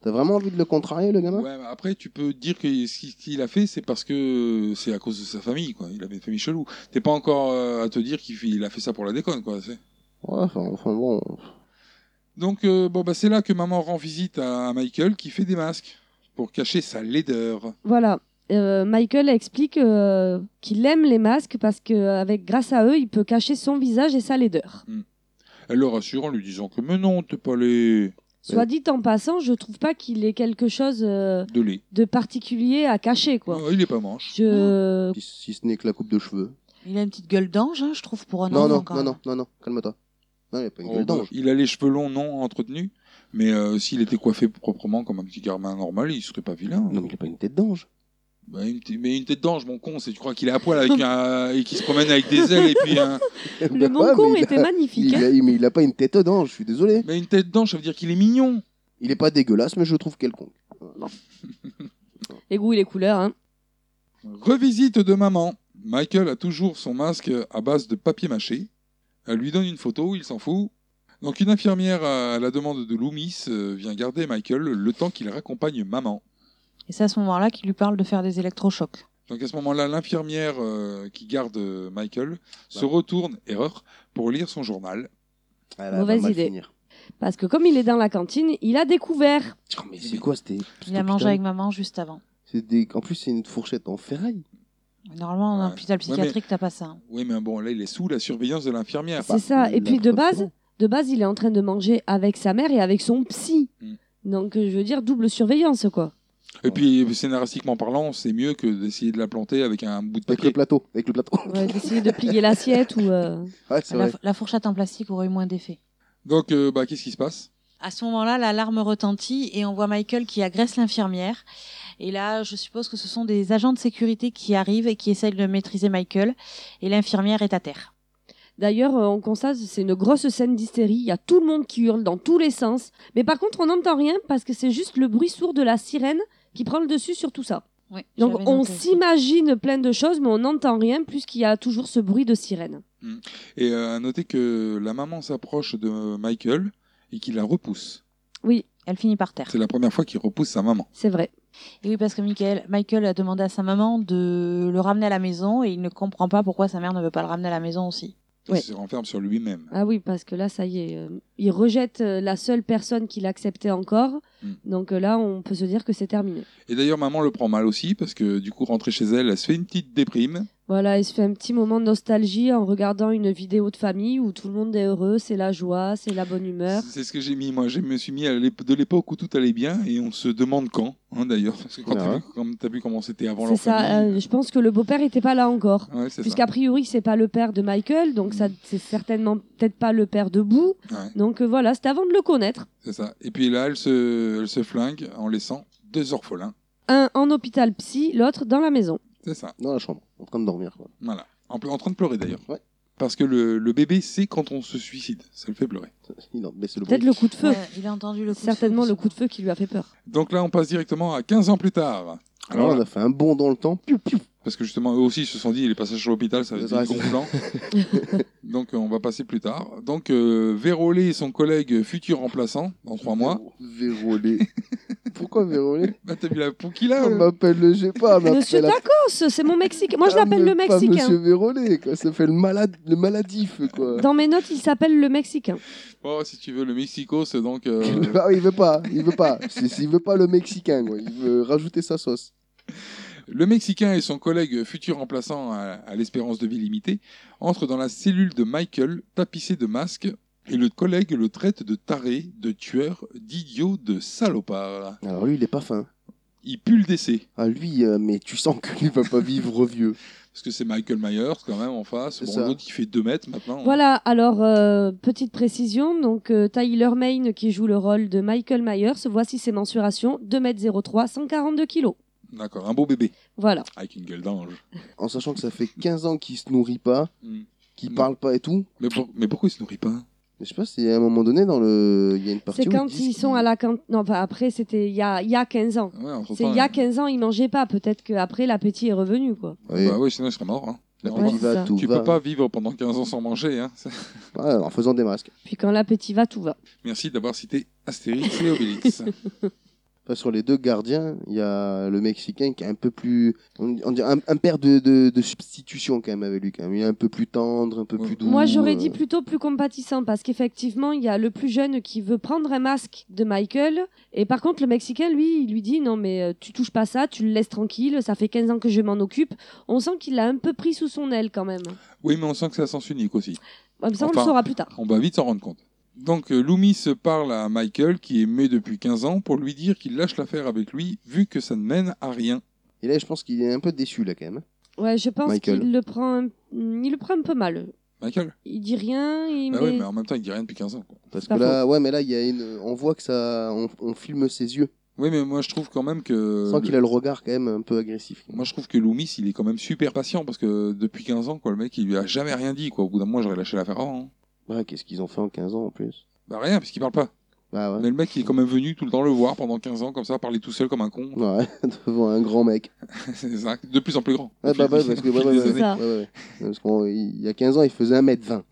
t'as vraiment envie de le contrarier, le gamin Ouais, mais après, tu peux dire que ce qu'il a fait, c'est parce que c'est à cause de sa famille, quoi. Il avait une famille chelou. T'es pas encore euh, à te dire qu'il fait- il a fait ça pour la déconne, quoi. c'est- Ouais, enfin, enfin bon. Donc, euh, bon, bah, c'est là que maman rend visite à Michael qui fait des masques pour cacher sa laideur. Voilà. Euh, Michael explique euh, qu'il aime les masques parce que euh, avec grâce à eux, il peut cacher son visage et sa laideur. Elle le rassure en lui disant que, mais non, t'es pas les... Soit dit en passant, je trouve pas qu'il ait quelque chose euh, de lait. de particulier à cacher quoi. Non, il est pas manche. Je Si, si ce n'est que la coupe de cheveux. Il a une petite gueule d'ange, hein, je trouve, pour un non, enfant. non, quand non, même. non, non, non, calme-toi. Non, il a pas une Oh, gueule bah, d'ange. il a les cheveux longs, non entretenus. Mais euh, s'il était coiffé proprement comme un petit gamin normal, il serait pas vilain. Non, mais il a pas une tête d'ange. Bah, une t- mais une tête d'ange, mon con, c'est tu crois qu'il est à poil avec un... et qu'il se promène avec des ailes et puis un... le Bah ouais, moncon mais il était a- magnifique. il hein. a- mais il a pas une tête d'ange, je suis désolé. Mais une tête d'ange, ça veut dire qu'il est mignon. Il est pas dégueulasse, mais je le trouve quelconque. Les goûts et les couleurs. Hein. Revisite de maman. Michael a toujours son masque à base de papier mâché. Elle lui donne une photo, il s'en fout. Donc une infirmière à la demande de Loomis euh, vient garder Michael le temps qu'il raccompagne maman. Et c'est à ce moment-là qu'il lui parle de faire des électrochocs. Donc à ce moment-là, l'infirmière euh, qui garde euh, Michael se retourne, erreur, pour lire son journal. Ah, là, Mauvaise va mal idée. finir. Parce que comme il est dans la cantine, il a découvert. Oh, mais c'est quoi c'était Il a mangé avec maman juste avant. C'est des... En plus, c'est une fourchette en ferraille. Normalement, dans Ouais. un hôpital psychiatrique, t'as pas ça. hein. Oui, mais bon, là, il est sous la surveillance de l'infirmière. C'est ça. Et la puis de preuve, base, non. de base, il est en train de manger avec sa mère et avec son psy. Mm. Donc euh, je veux dire double surveillance quoi. Et puis, scénaristiquement parlant, c'est mieux que d'essayer de la planter avec un bout de Avec le papier. plateau. Avec le plateau. Ouais, D'essayer de plier l'assiette ou. euh, Ouais, c'est La, vrai. la fourchette en plastique aurait eu moins d'effet. Donc, euh, bah, qu'est-ce qui se passe À ce moment-là, l'alarme retentit et on voit Michael qui agresse l'infirmière. Et là, je suppose que ce sont des agents de sécurité qui arrivent et qui essayent de maîtriser Michael. Et l'infirmière est à terre. D'ailleurs, euh, on constate c'est une grosse scène d'hystérie. Il y a tout le monde qui hurle dans tous les sens. Mais par contre, on n'entend rien parce que c'est juste le bruit sourd de la sirène qui prend le dessus sur tout ça. Oui, Donc j'avais on noté aussi. s'imagine plein de choses, mais on n'entend rien puisqu'il y a toujours ce bruit de sirène. Et euh, à noter que la maman s'approche de Michael et qu'il la repousse. Oui, Elle finit par terre. C'est la première fois qu'il repousse sa maman. c'est vrai. Et oui, parce que Michael, Michael a demandé à sa maman de le ramener à la maison et il ne comprend pas pourquoi sa mère ne veut pas le ramener à la maison aussi. Il Ouais. se renferme sur lui-même. Ah oui, parce que là, ça y est, euh, il rejette euh, la seule personne qu'il acceptait encore. Mm. Donc euh, là, on peut se dire que c'est terminé. Et d'ailleurs, maman le prend mal aussi parce que du coup, rentrée chez elle, elle se fait une petite déprime. Voilà, il se fait un petit moment de nostalgie en regardant une vidéo de famille où tout le monde est heureux, c'est la joie, c'est la bonne humeur. C'est ce que j'ai mis. Moi, je me suis mis à l'ép- de l'époque où tout allait bien et on se demande quand, hein, d'ailleurs. Parce que quand Ah t'as ouais. vu, comme t'as vu comment c'était avant C'est leur ça, famille. euh, je pense que le beau-père n'était pas là encore. Ouais, c'est ça. Puisqu'a priori, c'est pas le père de Michael, donc ça, c'est certainement peut-être pas le père de Boo. Ouais, Donc euh, voilà, c'est avant de le connaître. c'est ça. Et puis là, elle se, elle se flingue en laissant deux orphelins. Un en hôpital psy, l'autre dans la maison. C'est ça. Dans la chambre, en train de dormir. Quoi. Voilà. En, ple- en train de pleurer d'ailleurs. Ouais. Parce que le, le bébé sait quand on se suicide. Ça le fait pleurer. Il en baisse le bruit. Peut-être le coup de feu. Ouais, il a entendu le coup Certainement de feu. le coup de feu qui lui a fait peur. Donc là, on passe directement à 15 ans plus tard. Alors Alors, là, on a fait un bond dans le temps. Piou, piou. parce que justement, eux aussi, ils se sont dit, les passages à l'hôpital, ça va être Ouais, c'est gonflant. Donc, euh, on va passer plus tard. Donc, euh, Vérolé et son collègue futur remplaçant, dans trois mois. Vérolé. Pourquoi Vérolé Bah, t'as vu la peau qu'il a On euh m'appelle le j'ai pas. on m'appelle Monsieur la- Tacos, c'est mon Mexique. Moi, je Ah, l'appelle mais le pas Mexicain. Monsieur Vérolé, quoi. Ça fait le malade, le maladif, quoi. Dans mes notes, il s'appelle le Mexicain. Oh, si tu veux, le Mexico, c'est donc... euh, Ah oui, il veut pas, il veut pas. C'est- c'est- Il veut pas le Mexicain, quoi. Il veut rajouter sa sauce. Le Mexicain et son collègue futur remplaçant à, à l'espérance de vie limitée entrent dans la cellule de Michael, tapissée de masques, et le collègue le traite de taré, de tueur, d'idiot, de salopard. Alors lui, il est pas fin. Il pue le décès, Ah lui, euh, mais tu sens que lui va pas vivre vieux. parce que c'est Michael Myers quand même en face. C'est Bon, ça. l'autre qui fait 2 mètres maintenant. Voilà, alors, euh, petite précision. Donc, euh, Tyler Main, qui joue le rôle de Michael Myers, voici ses mensurations 2m03, 142 kg. D'accord, un beau bébé, Voilà. avec une gueule d'ange. En sachant que ça fait 15 ans qu'il se nourrit pas, Mm. qu'il Non. parle pas et tout. Mais, pour- mais pourquoi il se nourrit pas Mais je sais pas, c'est à un moment donné dans le, il y a une partie. C'est où quand disent ils sont à la cantine. Non, pas après, c'était il y a, il y a 15 ans. ouais, entre C'est temps, il y hein. a il- 15 ans, il mangeait pas. Peut-être qu'après, l'appétit est revenu, quoi. Oui. Bah ouais, sinon il serait mort. hein. La Ouais, petite c'est ça. va, tout Tu va. peux pas vivre pendant 15 ans sans manger. Hein. Ah, en faisant des masques. Puis quand l'appétit va, tout va. Merci d'avoir cité Astérix et Obélix. Enfin, sur les deux gardiens, il y a le Mexicain qui est un peu plus. On, on dirait un, un père de, de, de substitution quand même avec lui. Quand même. Il est un peu plus tendre, un peu Ouais. plus doux. Moi, j'aurais euh, Mmh. dit plutôt plus compatissant parce qu'effectivement, il y a le plus jeune qui veut prendre un masque de Michael. Et par contre, le Mexicain, lui, il lui dit non, mais euh, tu touches pas ça, tu le laisses tranquille, ça fait 15 ans que je m'en occupe. On sent qu'il l'a un peu pris sous son aile quand même. oui, mais on sent que c'est à sens unique aussi. Comme ça, on Enfin, le saura plus tard. On va vite s'en rendre compte. Donc euh, Loomis se parle à Michael, qui est muet depuis 15 ans, pour lui dire qu'il lâche l'affaire avec lui, vu que ça ne mène à rien. Et là, je pense qu'il est un peu déçu là quand même. Ouais, je pense Michael. qu'il le, prend un- il le prend un peu mal. Michael Il dit rien, il Bah met- oui, mais en même temps, il dit rien depuis 15 ans. quoi. Parce que pas là, ouais, mais là, il y a une. On voit que ça. On, on filme ses yeux. Oui, mais moi je trouve quand même que. Sans qu'il a le regard quand même un peu agressif. Moi je trouve que Loomis, il est quand même super patient, parce que depuis 15 ans, quoi, le mec, il lui a jamais rien dit. Quoi. Au bout d'un moment, j'aurais lâché l'affaire avant. hein. Ouais, qu'est-ce qu'ils ont fait en 15 ans en plus Bah rien, puisqu'il parle pas. Bah ouais. Mais le mec, il est quand même venu tout le temps le voir pendant 15 ans, comme ça, parler tout seul comme un con. Ouais, devant un grand mec. c'est ça, de plus en plus grand. Ouais, bah, Depuis- ouais, parce que. depuis Ouais, ouais, des ouais, années. Ça. ouais, ouais. Parce qu'on- il y a 15 ans, il faisait 1m20.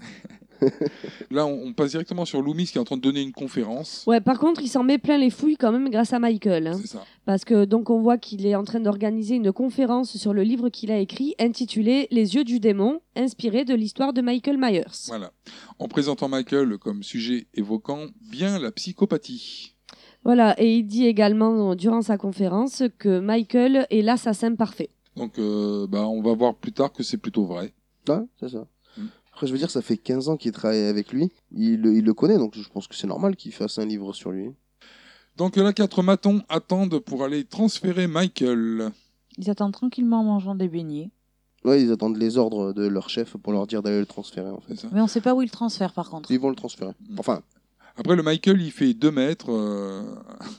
Là, on, on passe directement sur Loomis qui est en train de donner une conférence. Ouais, par contre, il s'en met plein les fouilles quand même grâce à Michael. hein. C'est ça. Parce que donc on voit qu'il est en train d'organiser une conférence sur le livre qu'il a écrit intitulé Les yeux du démon, inspiré de l'histoire de Michael Myers. Voilà. En présentant Michael comme sujet évoquant bien la psychopathie. Voilà, et il dit également euh, durant sa conférence que Michael est l'assassin parfait. Donc, euh, bah, on va voir plus tard que c'est plutôt vrai. Ouais, c'est ça. Mm. Après, je veux dire, ça fait 15 ans qu'il travaille avec lui. Il, le- il le connaît, donc je pense que c'est normal qu'il fasse un livre sur lui. Donc là, quatre matons attendent pour aller transférer Michael. Ils attendent tranquillement en mangeant des beignets. Ouais, ils attendent les ordres de leur chef pour leur dire d'aller le transférer, en fait. C'est ça. Mais on sait pas où ils le transfèrent par contre. Ils vont le transférer. Mm. Enfin, Après, le Michael, il fait 2 mètres. euh,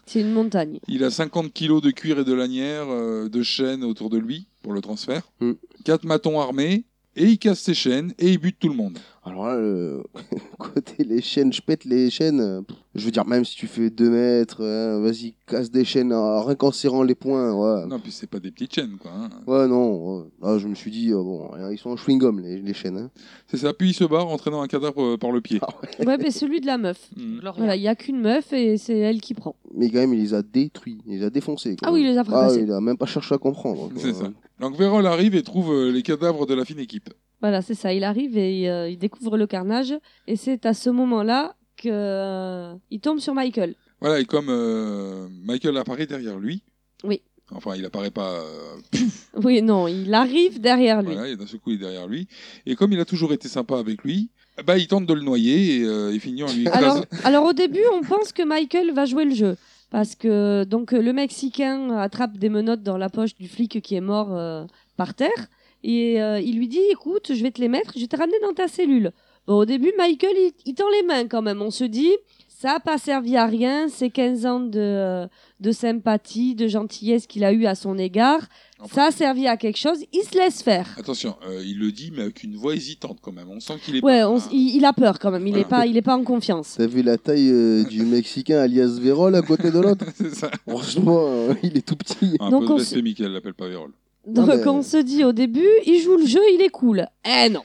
C'est une montagne. il a 50 kilos de cuir et de lanière, euh, de chaînes autour de lui pour le transfert. Mm. 4 matons armés. Et il casse ses chaînes et il bute tout le monde. Alors là, le... côté les chaînes, je pète les chaînes. euh, pff, Je veux dire, même si tu fais 2 mètres, hein, vas-y, casse des chaînes, euh, rien qu'en serrant les poings. Ouais, Non, puis c'est pas des petites chaînes, quoi. hein. ouais non. ouais. Là, je me suis dit, euh, bon, ils sont en chewing-gum, les, les chaînes. hein. C'est ça. Puis il se barre en traînant un cadavre euh, par le Ah. pied. Ouais, mais celui de la meuf. Mm. Gloria. Voilà, il n'y a qu'une meuf et c'est elle qui prend. Mais quand même, il les a détruits, il les a défoncés. quoi. Ah oui, il les a Ah, frappés. il a même pas cherché à comprendre. quoi. C'est ça. Donc Vérol arrive et trouve euh, les cadavres de la fine équipe. Voilà, c'est ça. Il arrive et euh, il découvre le carnage. Et c'est à ce moment-là que euh, il tombe sur Michael. Voilà, et comme euh, Michael apparaît derrière lui. Oui. Enfin, il apparaît pas. euh, Oui, non, il arrive derrière lui. voilà, et d'un seul coup, il est derrière lui. Et comme il a toujours été sympa avec lui, bah, il tente de le noyer et euh, il finit en lui Alors, écrasant. alors au début, on pense que Michael va jouer le jeu. Parce que donc le Mexicain attrape des menottes dans la poche du flic qui est mort euh, par terre. Et euh, il lui dit, écoute, je vais te les mettre, je vais te ramener dans ta cellule. Bon, au début, Michael, il, il tend les mains quand même. On se dit, ça n'a pas servi à rien, ces 15 ans de, euh, de sympathie, de gentillesse qu'il a eu à son égard, Enfin. ça a servi à quelque chose, il se laisse faire. Attention, euh, il le dit, mais avec une voix hésitante quand même. On sent qu'il est. Ouais, pas- on s- il, il a peur quand même, il n'est Voilà. pas, il est pas en confiance. T'as vu la taille euh, du Mexicain alias Vérol à côté de l'autre C'est ça. Franchement, euh, il est tout petit. Un Donc peu de on respect, Michael l'appelle pas Vérol. Donc Ah ben- on se dit au début, il joue le jeu, il est cool. Eh non.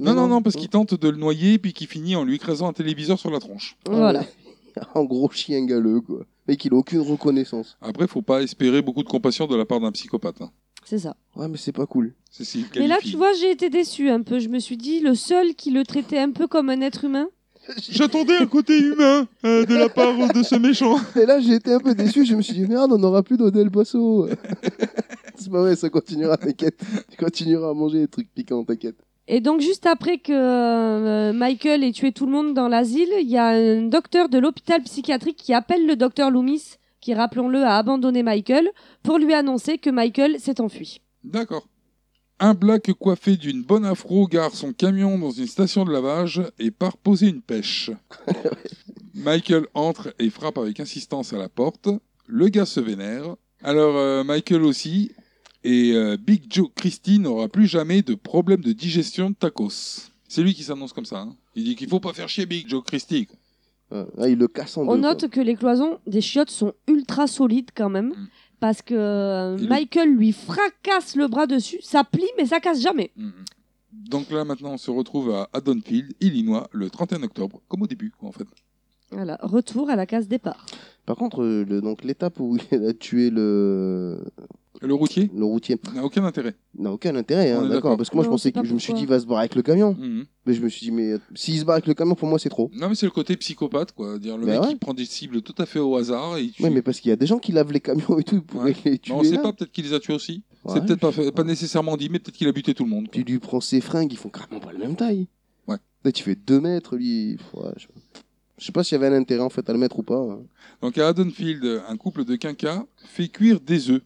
Non, non, non, parce qu'il tente de le noyer puis qu'il finit en lui écrasant un téléviseur sur la tronche. Ah ouais. Voilà. Un gros chien galeux, quoi. Mais qu'il a aucune reconnaissance. Après, faut pas espérer beaucoup de compassion de la part d'un psychopathe. hein. C'est ça. Ouais, mais c'est pas cool. C'est s'il Mais là, qualifie. tu vois, j'ai été déçue un peu. Je me suis dit, le seul qui le traitait un peu comme un être humain. J'attendais un côté humain euh, de la part de ce méchant. Et là, j'ai été un peu déçu. Je me suis dit, merde, on n'aura plus d'Odel Paso. c'est pas vrai, ça continuera, t'inquiète. Tu continueras à manger des trucs piquants, t'inquiète. Et donc, juste après que euh, Michael ait tué tout le monde dans l'asile, il y a un docteur de l'hôpital psychiatrique qui appelle le docteur Loomis, qui, rappelons-le, a abandonné Michael, pour lui annoncer que Michael s'est enfui. D'accord. Un black coiffé d'une bonne afro gare son camion dans une station de lavage et part poser une pêche. Michael entre et frappe avec insistance à la porte. Le gars se vénère. Alors euh, Michael aussi. Et euh, Big Joe Christie n'aura plus jamais de problème de digestion de tacos. C'est lui qui s'annonce comme ça. hein. Il dit qu'il faut pas faire chier Big Joe Christie. quoi. Ouais, là, il le casse en Oh, On deux. quoi. note que les cloisons des chiottes sont ultra solides quand même. Mm. Parce que euh, Et le- Michael lui fracasse le bras dessus, ça plie mais ça casse jamais. Mhm. Donc là maintenant on se retrouve à Haddonfield, Illinois, le 31 octobre, comme au début quoi, en fait. Voilà, retour à la case départ. Par contre, euh, le- donc l'étape où il a tué le, Le routier le routier n'a aucun intérêt. n'a aucun On intérêt, hein, est d'accord. d'accord. Parce que moi, Non, je pensais c'est pas que je me suis pourquoi. dit, il va se barrer avec le camion. Mhm. Mais je me suis dit, mais euh, s'il se barre avec le camion, pour moi, c'est trop. Non, mais c'est le côté psychopathe, quoi. Dire le Ben mec ouais. qui prend des cibles tout à fait au hasard et il tue. Ouais, mais parce qu'il y a des gens qui lavent les camions et tout, ils pourraient Ouais. les Ben, tuer. on sait là. pas, peut-être qu'il les a tués aussi. Ouais, c'est peut-être pas, fait- pas nécessairement dit, mais peut-être qu'il a buté tout le monde. quoi. Tu lui prends ses fringues, ils font carrément pas la même taille. Ouais. Là, tu fais 2 mètres, lui. pff, ouais, je sais pas. Je sais pas s'il y avait un intérêt en fait à le mettre ou pas. hein. Donc à Haddonfield, un couple de quinquas fait cuire des œufs.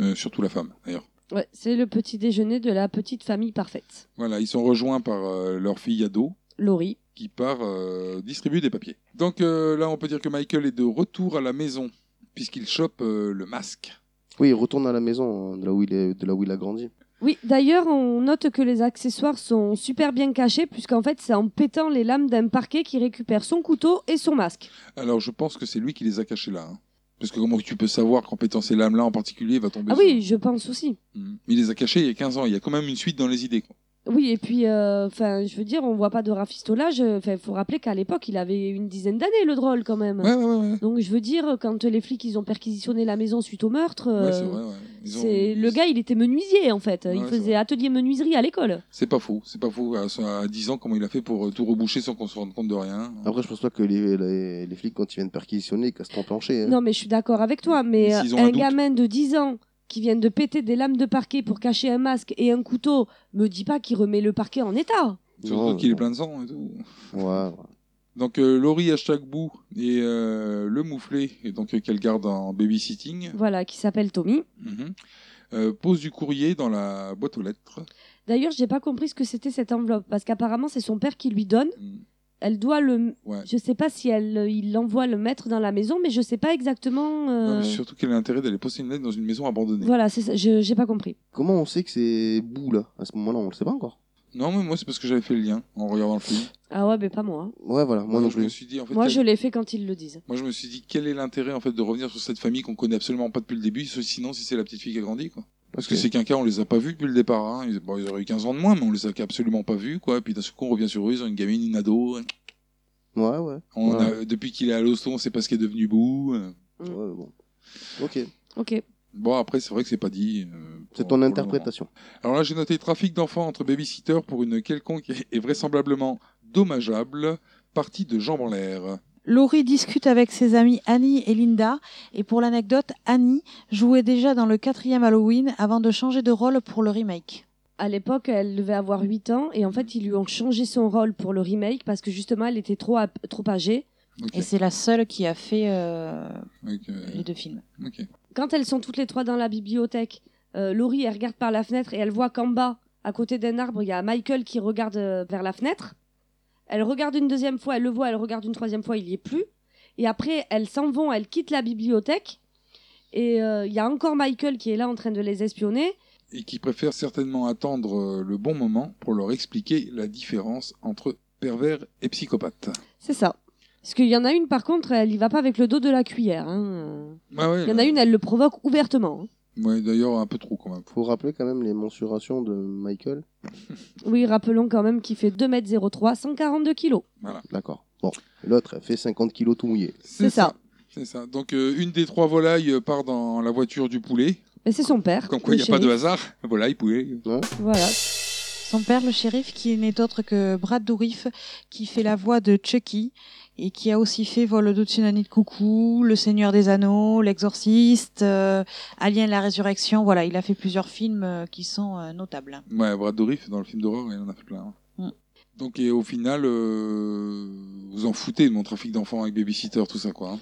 Euh, surtout la femme, d'ailleurs. Ouais, c'est le petit déjeuner de la petite famille parfaite. Voilà, ils sont rejoints par euh, leur fille ado Laurie. qui part euh, distribuer des papiers. Donc euh, là, on peut dire que Michael est de retour à la maison puisqu'il chope euh, le masque. Oui, il retourne à la maison hein, de là où il est, de là où il a grandi. Oui, d'ailleurs, on note que les accessoires sont super bien cachés, puisqu'en fait, c'est en pétant les lames d'un parquet qu'il récupère son couteau et son masque. Alors je pense que c'est lui qui les a cachés là. hein. Parce que comment tu peux savoir qu'en pétant ces lames-là en particulier, il va tomber Ah sur- oui, je pense aussi. Mhm. Mais il les a cachés il y a 15 ans. Il y a quand même une suite dans les idées. quoi. Oui, et puis, euh, enfin, je veux dire, on voit pas de rafistolage. euh, Enfin, il faut rappeler qu'à l'époque, il avait une dizaine d'années, le drôle, quand même. Ouais, ouais, ouais. ouais. Donc, je veux dire, quand les flics, ils ont perquisitionné la maison suite au meurtre, Ouais, euh, c'est vrai, ouais. Ils ont- c'est- le gars, il était menuisier, en fait. Ouais, il c'est faisait vrai. atelier menuiserie à l'école. C'est pas faux, c'est pas faux. À, à 10 ans, comment il a fait pour euh, tout reboucher sans qu'on se rende compte de rien Après, je pense pas que les, les, les flics quand ils viennent perquisitionner, ils cassent ton plancher. hein. Non, mais je suis d'accord avec toi, mais Mais euh, s'ils ont un un, doute. gamin de 10 ans qui vient de péter des lames de parquet pour cacher un masque et un couteau, me dis pas qu'il remet le parquet en état. Surtout Non, qu'il est non. plein de sang et tout. Ouais, ouais. Donc euh, Laurie hashtag Boo et euh, le mouflé, et donc euh, qu'elle garde en babysitting, Voilà, qui s'appelle Tommy. mhm, euh, pose du courrier dans la boîte aux lettres. D'ailleurs, j'ai pas compris ce que c'était cette enveloppe, parce qu'apparemment, c'est son père qui lui donne, Mhm. elle doit le. Ouais. Je sais pas si elle, euh, il l'envoie le mettre dans la maison, mais je sais pas exactement. euh, Non, mais surtout quel est l'intérêt d'aller poster une lettre dans une maison abandonnée. Voilà, c'est ça, je j'ai pas compris. Comment on sait que c'est Bou là À ce moment-là, on le sait pas encore. Non, mais moi, c'est parce que j'avais fait le lien en regardant le film. Ah ouais, mais pas moi. Ouais, voilà, moi non je me plus. suis dit, en fait, Moi, quel- je l'ai fait quand ils le disent. moi, je me suis dit, quel est l'intérêt en fait de revenir sur cette famille qu'on connaît absolument pas depuis le début, sauf- sinon si c'est la petite fille qui a grandi, quoi. Parce que Ok. ces quinquas, on les a pas vus depuis le départ. Hein. Ils, bon, ils auraient eu 15 ans de moins, mais on les a absolument pas vus, quoi. Et puis d'un seul coup, on revient sur eux, ils ont une gamine, une ado. Ouais, ouais. On Ouais. a- depuis qu'il est à l'hosto, on sait pas ce qu'est devenu Bou. euh. Mm. Ouais, bon. Ok, Ok. Bon, après, c'est vrai que c'est pas dit. euh, pour- c'est pour ton le interprétation. moment. Alors là, j'ai noté trafic d'enfants entre babysitters pour une quelconque et vraisemblablement dommageable partie de jambes en l'air. Laurie discute avec ses amies Annie et Linda. Et pour l'anecdote, Annie jouait déjà dans le quatrième Halloween avant de changer de rôle pour le remake. À l'époque, elle devait avoir 8 ans et en fait, ils lui ont changé son rôle pour le remake parce que justement, elle était trop, ap- trop âgée. Ok. Et c'est la seule qui a fait euh, Ok, les deux films. ok. Quand elles sont toutes les trois dans la bibliothèque, euh, Laurie, elle regarde par la fenêtre et elle voit qu'en bas, à côté d'un arbre, il y a Michael qui regarde euh, vers la fenêtre. Elle regarde une deuxième fois, elle le voit, elle regarde une troisième fois, il n'y est plus. Et après, elles s'en vont, elles quittent la bibliothèque. Et euh, il y a encore Michael qui est là en train de les espionner. et qui préfèrent certainement attendre euh, le bon moment pour leur expliquer la différence entre pervers et psychopathe. C'est ça. Parce qu'il y en a une, par contre, elle y va pas avec le dos de la cuillère. hein. Ah ouais, Il y en a une, elle le provoque ouvertement. hein. Ouais, d'ailleurs, un peu trop quand même. Faut rappeler quand même les mensurations de Michael. Oui, rappelons quand même qu'il fait 2m03, 142 kilos. D'accord. Bon, l'autre elle fait 50 kilos tout mouillé. C'est ça. C'est ça. Donc, euh, une des trois volailles euh, part dans la voiture du poulet. Mais c'est son père. Comme quoi, il le n'y a pas de shérif. hasard. Volaille, poulet. Voilà. Son père, le shérif, qui n'est autre que Brad Dourif, qui fait la voix de Chucky et qui a aussi fait Vol au-dessus d'un nid de coucou, Le Seigneur des Anneaux, L'Exorciste, euh, Alien la Résurrection. Voilà, il a fait plusieurs films euh, qui sont euh, notables. Ouais, Brad Dourif, dans le film d'horreur, il en a fait plein. hein. Mm. Donc, et au final, euh, vous en foutez de mon trafic d'enfants avec babysitter, tout ça, quoi. hein.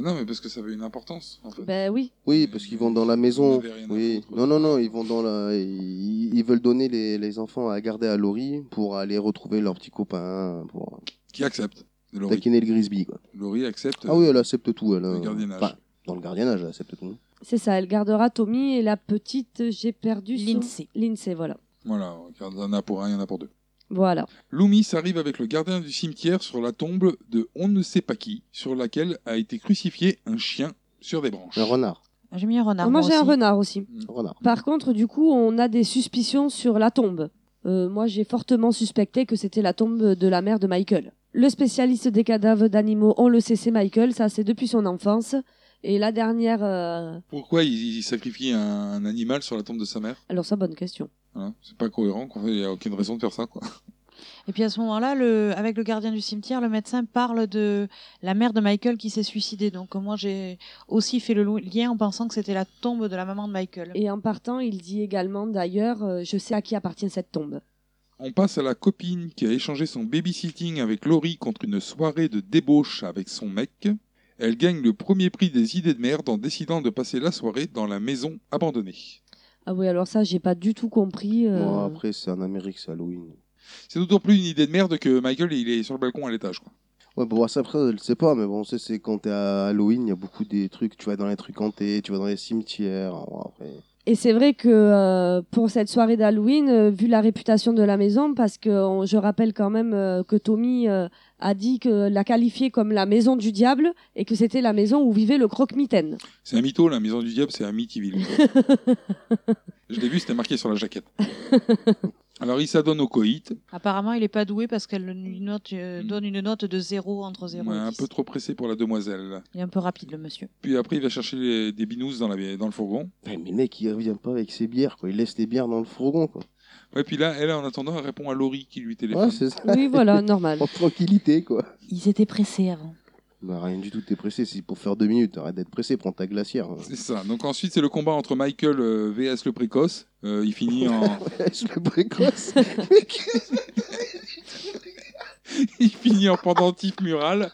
Non, mais parce que ça avait une importance, en fait. Ben oui. Oui, parce qu'ils vont dans la maison. Vous n'avez rien à Oui. foutre. Non, non, non, ils vont dans la. Ils, ils veulent donner les, les enfants à garder à Laurie pour aller retrouver leur petit copain, pour Qui accepte Laurie. taquiner le Grisby, quoi. Laurie accepte. Ah oui, elle accepte tout, elle. Le euh, gardiennage. enfin, dans le gardiennage, elle accepte tout. C'est ça, elle gardera Tommy et la petite, euh, j'ai perdu son- Lindsay. Lindsay, voilà. Voilà, il y en a pour un, il y en a pour deux. Voilà. Loomis arrive avec le gardien du cimetière sur la tombe de on ne sait pas qui, sur laquelle a été crucifié un chien sur des branches. Un renard. Ah, J'ai mis un renard. moi, moi j'ai un aussi. renard aussi. Un renard. Par contre, du coup, on a des suspicions sur la tombe. Euh, moi, j'ai fortement suspecté que c'était la tombe de la mère de Michael. Le spécialiste des cadavres d'animaux, on le sait, c'est Michael. Ça, c'est depuis son enfance. Et la dernière... euh, Pourquoi il, il sacrifie un, un animal sur la tombe de sa mère Alors, ça, bonne question. Voilà, C'est pas cohérent, qu'en fait, il n'y a aucune raison de faire ça. Quoi. Et puis à ce moment-là, le, avec le gardien du cimetière, le médecin parle de la mère de Michael qui s'est suicidée. Donc moi, j'ai aussi fait le lo- lien en pensant que c'était la tombe de la maman de Michael. Et en partant, il dit également, d'ailleurs, euh, je sais à qui appartient cette tombe. On passe à la copine qui a échangé son babysitting avec Laurie contre une soirée de débauche avec son mec. Elle gagne le premier prix des idées de merde en décidant de passer la soirée dans la maison abandonnée. Ah oui, alors ça, j'ai pas du tout compris. euh, Bon, après, c'est en Amérique, c'est Halloween. C'est d'autant plus une idée de merde que Michael il est sur le balcon à l'étage. quoi. Ouais, bon, ça, après, elle sait pas, mais bon, c'est, c'est quand t'es à Halloween, il y a beaucoup des trucs. Tu vas dans les trucs hantés, tu vas dans les cimetières. bon, après. Et c'est vrai que euh, pour cette soirée d'Halloween, euh, vu la réputation de la maison, parce que on- je rappelle quand même euh, que Tommy euh, a dit que la qualifiée comme la maison du diable et que c'était la maison où vivait le croque-mitaine. C'est un mytho, la maison du diable, c'est un Mitiville. Je l'ai vu, c'était marqué sur la jaquette. Alors, il s'adonne au coït, Apparemment, il n'est pas doué parce qu'elle lui note, euh, donne une note de 0 entre 0 Ouais, et un 10. peu trop pressé pour la demoiselle. Il est un peu rapide, le monsieur. Puis après, il va chercher les- des binous dans, la- dans le fourgon. Ouais, mais le mec, il revient pas avec ses bières, quoi. Il laisse les bières dans le fourgon, quoi. Et puis là, elle, en attendant, elle répond à Laurie qui lui téléphone. Ouais, c'est ça. Oui, voilà, normal. En tranquillité, quoi. Ils étaient pressés avant. Bah, rien du tout, t'es pressé, c'est pour faire deux minutes. Arrête d'être pressé, prends ta glacière. hein. c'est ça. Donc ensuite, c'est le combat entre Michael euh, vs le précoce. Euh, il finit en, Je le précoce. il finit en pendentif mural.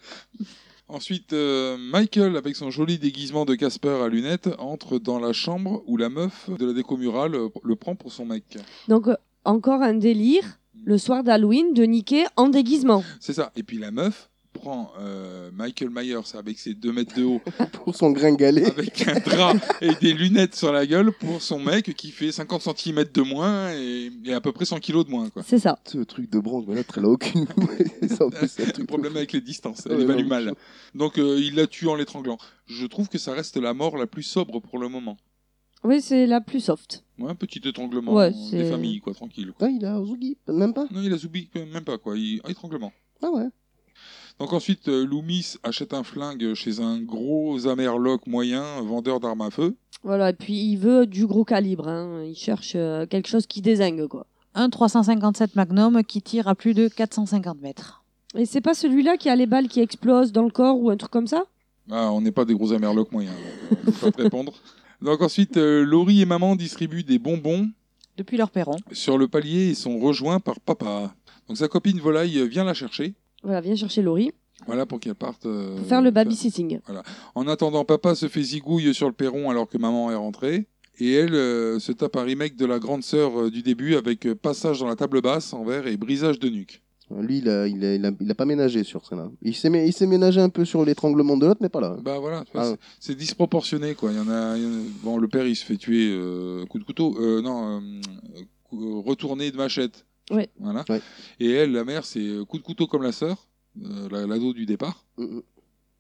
Ensuite, euh, Michael, avec son joli déguisement de Casper à lunettes, entre dans la chambre où la meuf de la déco murale euh, le prend pour son mec. Donc euh, encore un délire. le soir d'Halloween de niquer en déguisement. C'est ça. Et puis la meuf prend euh, Michael Myers avec ses 2 mètres de haut, Pour son gringalet. avec un drap et des lunettes sur la gueule pour son mec qui fait 50 cm de moins et, et à peu près 100 kg de moins. Quoi. C'est ça. Ce truc de bronze, mais l'autre, elle a aucune. Ça, en plus, c'est un Le truc problème avec les distances, Ouais, elle évalue non. mal. Donc euh, il la tue en l'étranglant. Je trouve que ça reste la mort la plus sobre pour le moment. Oui, c'est la plus soft. Ouais, un petit étranglement Ouais, des c'est- familles, quoi, tranquille. quoi. Ah, il a Ozugi, même pas. Non, il a zoubi même pas, quoi. Il... Étranglement. Ah ouais. Donc ensuite, euh, Loomis achète un flingue chez un gros Amerloc moyen, vendeur d'armes à feu. Voilà, et puis il veut du gros calibre. hein. Il cherche euh, quelque chose qui désingue, quoi. Un 357 Magnum qui tire à plus de 450 mètres. Et c'est pas celui-là qui a les balles qui explosent dans le corps ou un truc comme ça Ah, on n'est pas des gros Amerlocs moyens, donc, euh, faut pas te répondre. Donc ensuite, euh, Laurie et maman distribuent des bonbons Depuis leur perron. sur le palier et sont rejoints par papa. Donc sa copine volaille euh, vient la chercher, Voilà, viens chercher Laurie voilà pour qu'elle parte. euh, pour faire le babysitting. En attendant, papa se fait zigouille sur le perron alors que maman est rentrée. Et elle euh, se tape un remake de la grande sœur euh, du début avec euh, passage dans la table basse en verre et brisage de nuque. Lui, il a, il, a, il, a, il a pas ménagé sur celle-là. Il s'est mé- il s'est ménagé un peu sur l'étranglement de l'autre, mais pas là. Bah voilà, tu vois, Ah c'est- ouais. c'est disproportionné quoi. Il y en a, il y en a- bon le père il se fait tuer euh, coup de couteau, euh, non euh, cou- euh, retourné de machette. Ouais. Voilà. Ouais. Et elle, la mère, c'est euh, coup de couteau comme la sœur, euh, la- l'ado du départ, Mm, mm.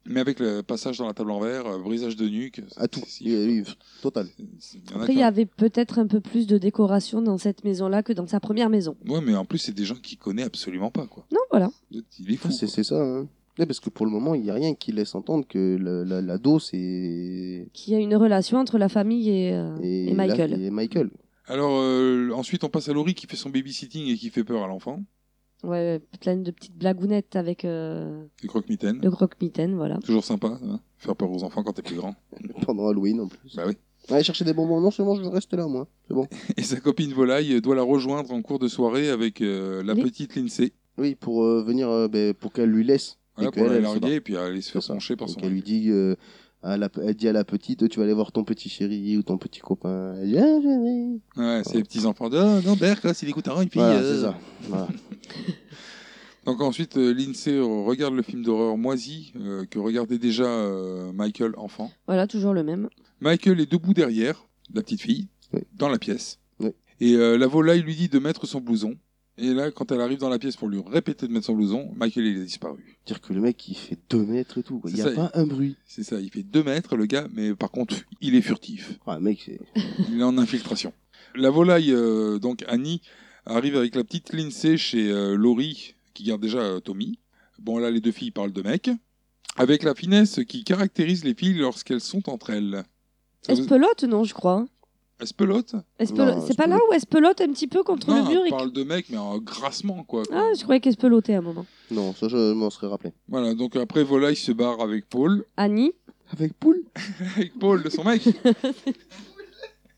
mais avec le passage dans la table en verre, euh, brisage de nuque. Ah, À tout. C'est- Il- il- Total. c'est- il y en a Après, qui il y ont- avait peut-être un peu plus de décoration dans cette maison-là que dans sa première maison. Ouais, mais en plus c'est des gens qui connaît absolument pas quoi. Non, voilà. Il est fou. C'est quoi. c'est ça. Hein. Ouais, parce que pour le moment, il n'y a rien qui laisse entendre que le- la- l'ado, c'est. Qu'il y a une relation entre la famille et, euh, et la- Michael. et Michael. Alors euh, ensuite on passe à Laurie qui fait son babysitting et qui fait peur à l'enfant, Ouais, plein de petites blagounettes avec euh, les croque-mitaines. le croque-mitaine, voilà. Toujours sympa, hein, faire peur aux enfants quand t'es plus grand. Pendant Halloween, en plus. Bah oui. Allez chercher des bonbons. Non, c'est bon, je vais rester là, moi. C'est bon. Et sa copine volaille doit la rejoindre en cours de soirée avec euh, la Oui. petite Lindsay. Oui, pour euh, venir, euh, ben, pour qu'elle lui laisse. Voilà, que pour elle, la elle se barre. larguer et puis aller se faire C'est ça. pencher par Donc son elle lui mari. dit, euh, à la, elle dit à la petite, tu vas aller voir ton petit chéri ou ton petit copain. Elle dit, ah, chéri. Ouais, c'est les petits enfants. de, Ah, non, Berk, là, s'il écoute un, une fille. Voilà, euh. c'est ça. Voilà. Donc ensuite, euh, Lindsay regarde le film d'horreur Moisi euh, que regardait déjà euh, Michael enfant. Voilà, toujours le même. Michael est debout derrière la petite fille, Oui. dans la pièce. Oui. Et euh, la volaille lui dit de mettre son blouson. Et là, quand elle arrive dans la pièce pour lui répéter de mettre son blouson, Michael il a disparu. Dire que le mec, il fait 2 mètres et tout. quoi. Il C'est n'y a ça, pas un bruit. C'est ça, il fait 2 mètres le gars, mais par contre, il est furtif. Ah, mec, c'est- Il est en infiltration. La volaille, euh, donc Annie, arrive avec la petite Lindsay chez euh, Laurie, qui garde déjà euh, Tommy. Bon, là, les deux filles parlent de mecs. Avec la finesse qui caractérise les filles lorsqu'elles sont entre elles. Ça vous- Espelote, non, je crois. Elles se pelotent Espelo- Non, C'est pas là où elle pelote un petit peu contre Non, le mur elles et... parlent de mecs, mais en grassement, quoi. Ah, je croyais qu'elle pelotait à un moment. Non, ça, je m'en serais rappelé. Voilà, donc après, volaille se barre avec Paul. Annie, Avec poule Avec Paul, de son mec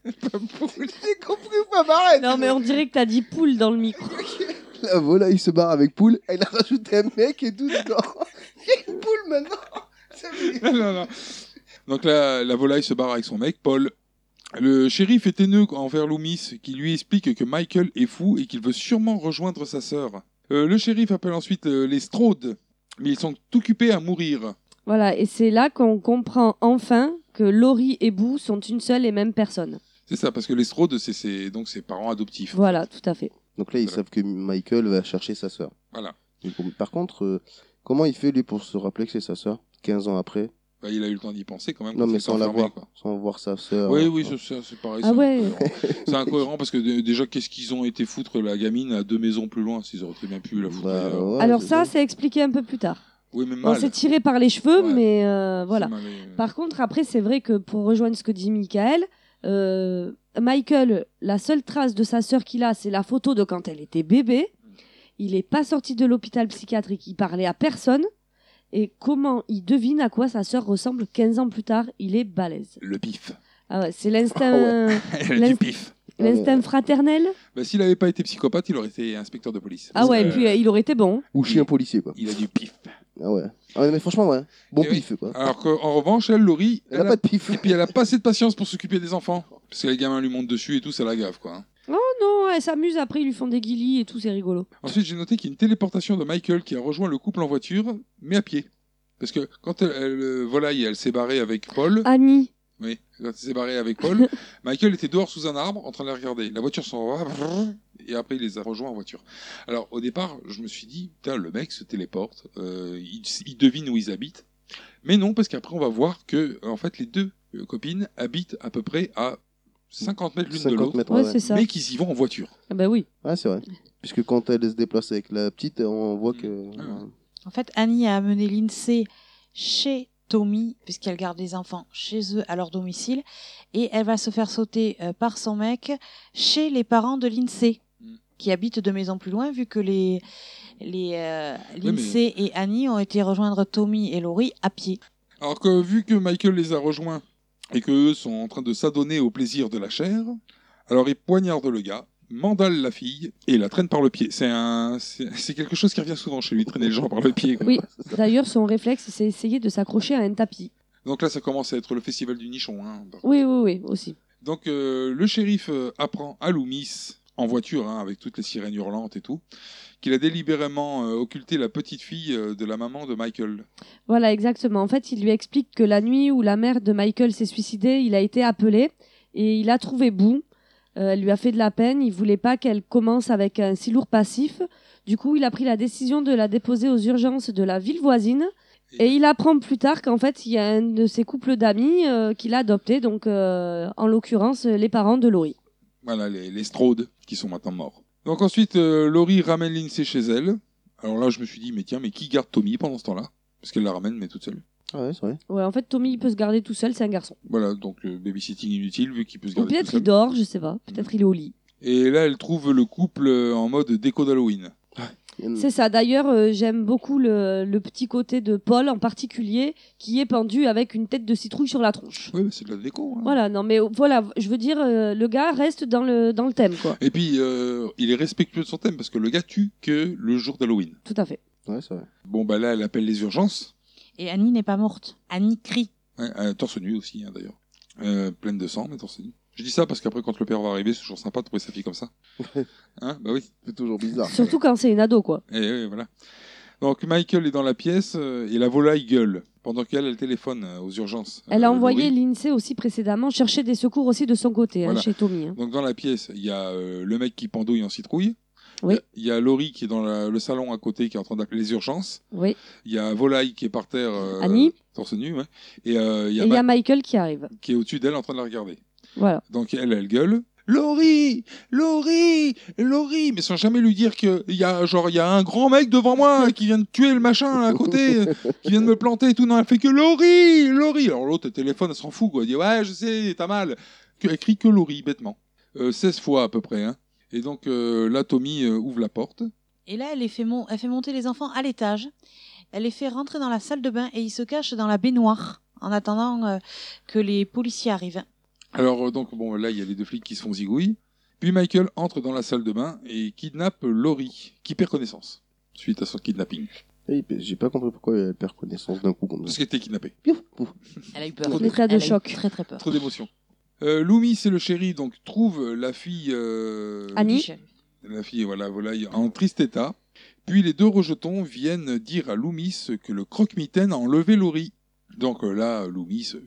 Pas Paul. J'ai compris ou pas, m'arrête Non, mais on dirait que t'as dit poule dans le micro. Ah, La volaille se barre avec poule, elle a rajouté un mec et tout dedans. Il y a une poule maintenant Ça fait- Non, non, non. Donc là, la volaille se barre avec son mec, Paul. Le shérif est haineux envers Loomis, qui lui explique que Michael est fou et qu'il veut sûrement rejoindre sa sœur. Euh, le shérif appelle ensuite euh, les Strode, mais ils sont occupés à mourir. Voilà, et c'est là qu'on comprend enfin que Laurie et Boo sont une seule et même personne. C'est ça, parce que les Strode, c'est ses, donc ses parents adoptifs. Voilà, tout à fait. Donc là, ils savent que Michael va chercher sa sœur. Voilà. Du coup, Par contre, euh, comment il fait lui pour se rappeler que c'est sa sœur 15 ans après Bah, il a eu le temps d'y penser quand même. Non, quand mais il s'est sans Euh, la enfermé, voir. quoi. Sans voir sa sœur. Oui, oui, ça, ça, c'est pareil. Ah c'est ouais. incohérent. C'est incohérent parce que de- déjà, qu'est-ce qu'ils ont été foutre la gamine à deux maisons plus loin S'ils auraient très bien pu la foutre. Bah, ailleurs. ouais, Alors c'est ça, c'est expliqué un peu plus tard. Oui, mais On mal. s'est tiré par les cheveux, Ouais. mais euh, C'est voilà. mal, euh, Par contre, après, c'est vrai que pour rejoindre ce que dit Michael, euh, Michael, la seule trace de sa sœur qu'il a, c'est la photo de quand elle était bébé. Il n'est pas sorti de l'hôpital psychiatrique, il parlait à personne. Et comment il devine à quoi sa sœur ressemble 15 ans plus tard Il est balèze. Le pif. Ah ouais, c'est l'instinct Elle a du Laisse- pif. l'instinct fraternel. Bah, s'il n'avait pas été psychopathe, il aurait été inspecteur de police. Ah ouais, et Parce que, puis euh, il aurait été bon. Ou chien policier, quoi. Il a du pif. Ah ouais. Ah ouais, mais franchement, ouais. Bon Et Eh oui. pif, quoi. Alors qu'en revanche, elle, Laurie, Elle a pas de pif. et puis elle a pas assez de patience pour s'occuper des enfants. Parce que les gamins lui montent dessus et tout, ça la gaffe, quoi. hein. Oh non, elle s'amuse, après ils lui font des guillis et tout, c'est rigolo. Ensuite, j'ai noté qu'il y a une téléportation de Michael qui a rejoint le couple en voiture, mais à pied. Parce que quand elle, elle, euh, volaille, elle s'est barrée avec Paul. Annie, Oui, quand il s'est barré avec Paul, Michael était dehors sous un arbre en train de les regarder. La voiture s'en va, brrr, et après il les a rejoints en voiture. Alors au départ, je me suis dit, putain, le mec se téléporte, euh, il, il devine où ils habitent. Mais non, parce qu'après on va voir que, en fait, les deux euh, copines habitent à peu près à 50 mètres l'une de 50 l'autre, mètres. ouais, Ouais, c'est ça. mais qu'ils y vont en voiture. Ah bah oui. Ouais, c'est vrai. Puisque quand elle se déplace avec la petite, on voit que. Ah ouais. En fait, Annie a amené l'INSEE chez Tommy, puisqu'elle garde les enfants chez eux à leur domicile, et elle va se faire sauter euh, par son mec chez les parents de l'INSEE, Mm. qui habitent deux maisons plus loin, vu que les, les, euh, mais- l'INSEE et Annie ont été rejoindre Tommy et Laurie à pied. Alors que vu que Michael les a rejoints et qu'eux sont en train de s'adonner au plaisir de la chair, alors il poignarde le gars, mandale la fille et la traîne par le pied. C'est un, c'est c'est quelque chose qui revient souvent chez lui, traîner les gens par le pied. quoi. Oui, d'ailleurs, son réflexe, c'est essayer de s'accrocher à un tapis. Donc là, ça commence à être le festival du nichon. hein. Oui, oui, oui, aussi. Donc euh, le shérif euh, apprend à Loomis, en voiture, hein, avec toutes les sirènes hurlantes et tout, qu'il a délibérément euh, occulté la petite fille euh, de la maman de Michael. Voilà, exactement. En fait, il lui explique que la nuit où la mère de Michael s'est suicidée, il a été appelé et il a trouvé Boo. Euh, elle lui a fait de la peine. Il voulait pas qu'elle commence avec un si lourd passif. Du coup, il a pris la décision de la déposer aux urgences de la ville voisine. Et il apprend plus tard qu'en fait, il y a un de ses couples d'amis euh, qui l'a adopté, donc euh, en l'occurrence les parents de Laurie. Voilà, les, les Strode, qui sont maintenant morts. Donc ensuite, euh, Laurie ramène Lindsay chez elle. Alors là, je me suis dit, mais tiens, mais qui garde Tommy pendant ce temps-là Parce qu'elle la ramène, mais toute seule. Ah ouais, c'est vrai. Ouais, en fait, Tommy, il peut se garder tout seul, c'est un garçon. Voilà, donc euh, babysitting inutile, vu qu'il peut se Ou garder peut-être Ah tout il seul. dort, je sais pas. Peut-être il est au lit. Et là, elle trouve le couple euh, en mode déco d'Halloween. Il y en a- C'est ça. D'ailleurs, euh, j'aime beaucoup le, le petit côté de Paul en particulier, qui est pendu avec une tête de citrouille sur la tronche. Oui, mais c'est de la déco. hein. Voilà, non, mais voilà, je veux dire, euh, le gars reste dans le, dans le thème, quoi. Et puis, euh, il est respectueux de son thème, parce que le gars tue que le jour d'Halloween. Tout à fait. Ouais, c'est vrai. Bon, bah là, elle appelle les urgences. Et Annie n'est pas morte. Annie crie. Ouais, euh, torse nu aussi, hein, d'ailleurs. Euh, pleine de sang, mais torse nu. Je dis ça parce qu'après, quand le père va arriver, c'est toujours sympa de trouver sa fille comme ça. hein bah oui. C'est toujours bizarre. Surtout quand c'est une ado, quoi. Et oui, voilà. Donc Michael est dans la pièce euh, et la volaille gueule pendant qu'elle elle téléphone euh, aux urgences. Elle Euh, a envoyé Laurie. l'INSEE aussi précédemment chercher des secours aussi de son côté, hein, Voilà. chez Tommy. hein. Donc dans la pièce, il y a euh, le mec qui pendouille en citrouille. Oui. Il y a Laurie qui est dans la- le salon à côté qui est en train d'appeler les urgences. Oui. Il y a Volaille qui est par terre. euh, Annie. Torse nu, ouais. Et euh, il Et y a il y a Mac Michael qui arrive. qui est au-dessus d'elle en train de la regarder. Voilà. Donc elle, elle gueule. Laurie Laurie Laurie Mais sans jamais lui dire qu'il y a genre il y a un grand mec devant moi qui vient de tuer le machin là, à côté, euh, qui vient de me planter et tout. Non, elle fait que Laurie Laurie Alors l'autre elle téléphone, elle s'en fout quoi. Elle dit ouais je sais, t'as mal. Que- Elle crie que Laurie bêtement. Euh, 16 fois à peu près. Hein. Et donc euh, là Tommy euh, ouvre la porte. Et là, elle, les fait mon- elle fait monter les enfants à l'étage. Elle les fait rentrer dans la salle de bain et ils se cachent dans la baignoire en attendant euh, que les policiers arrivent. Alors euh, donc bon là il y a les deux flics qui se font zigouille. Puis Michael entre dans la salle de bain et kidnappe Laurie qui perd connaissance suite à son kidnapping Et puis, Eh, J'ai pas compris pourquoi elle perd connaissance d'un coup comme parce ça. qu'elle était kidnappée. Piouf, pouf. Elle a eu peur. L'état de Elle a eu choc. Très très peur. Trop d'émotion. Euh, Loomis et le chéri donc trouvent la fille, euh, Annie. la fille voilà volaille en triste état. Puis les deux rejetons viennent dire à Loomis que le croque-mitaine a enlevé Laurie. Donc euh, là Loomis euh,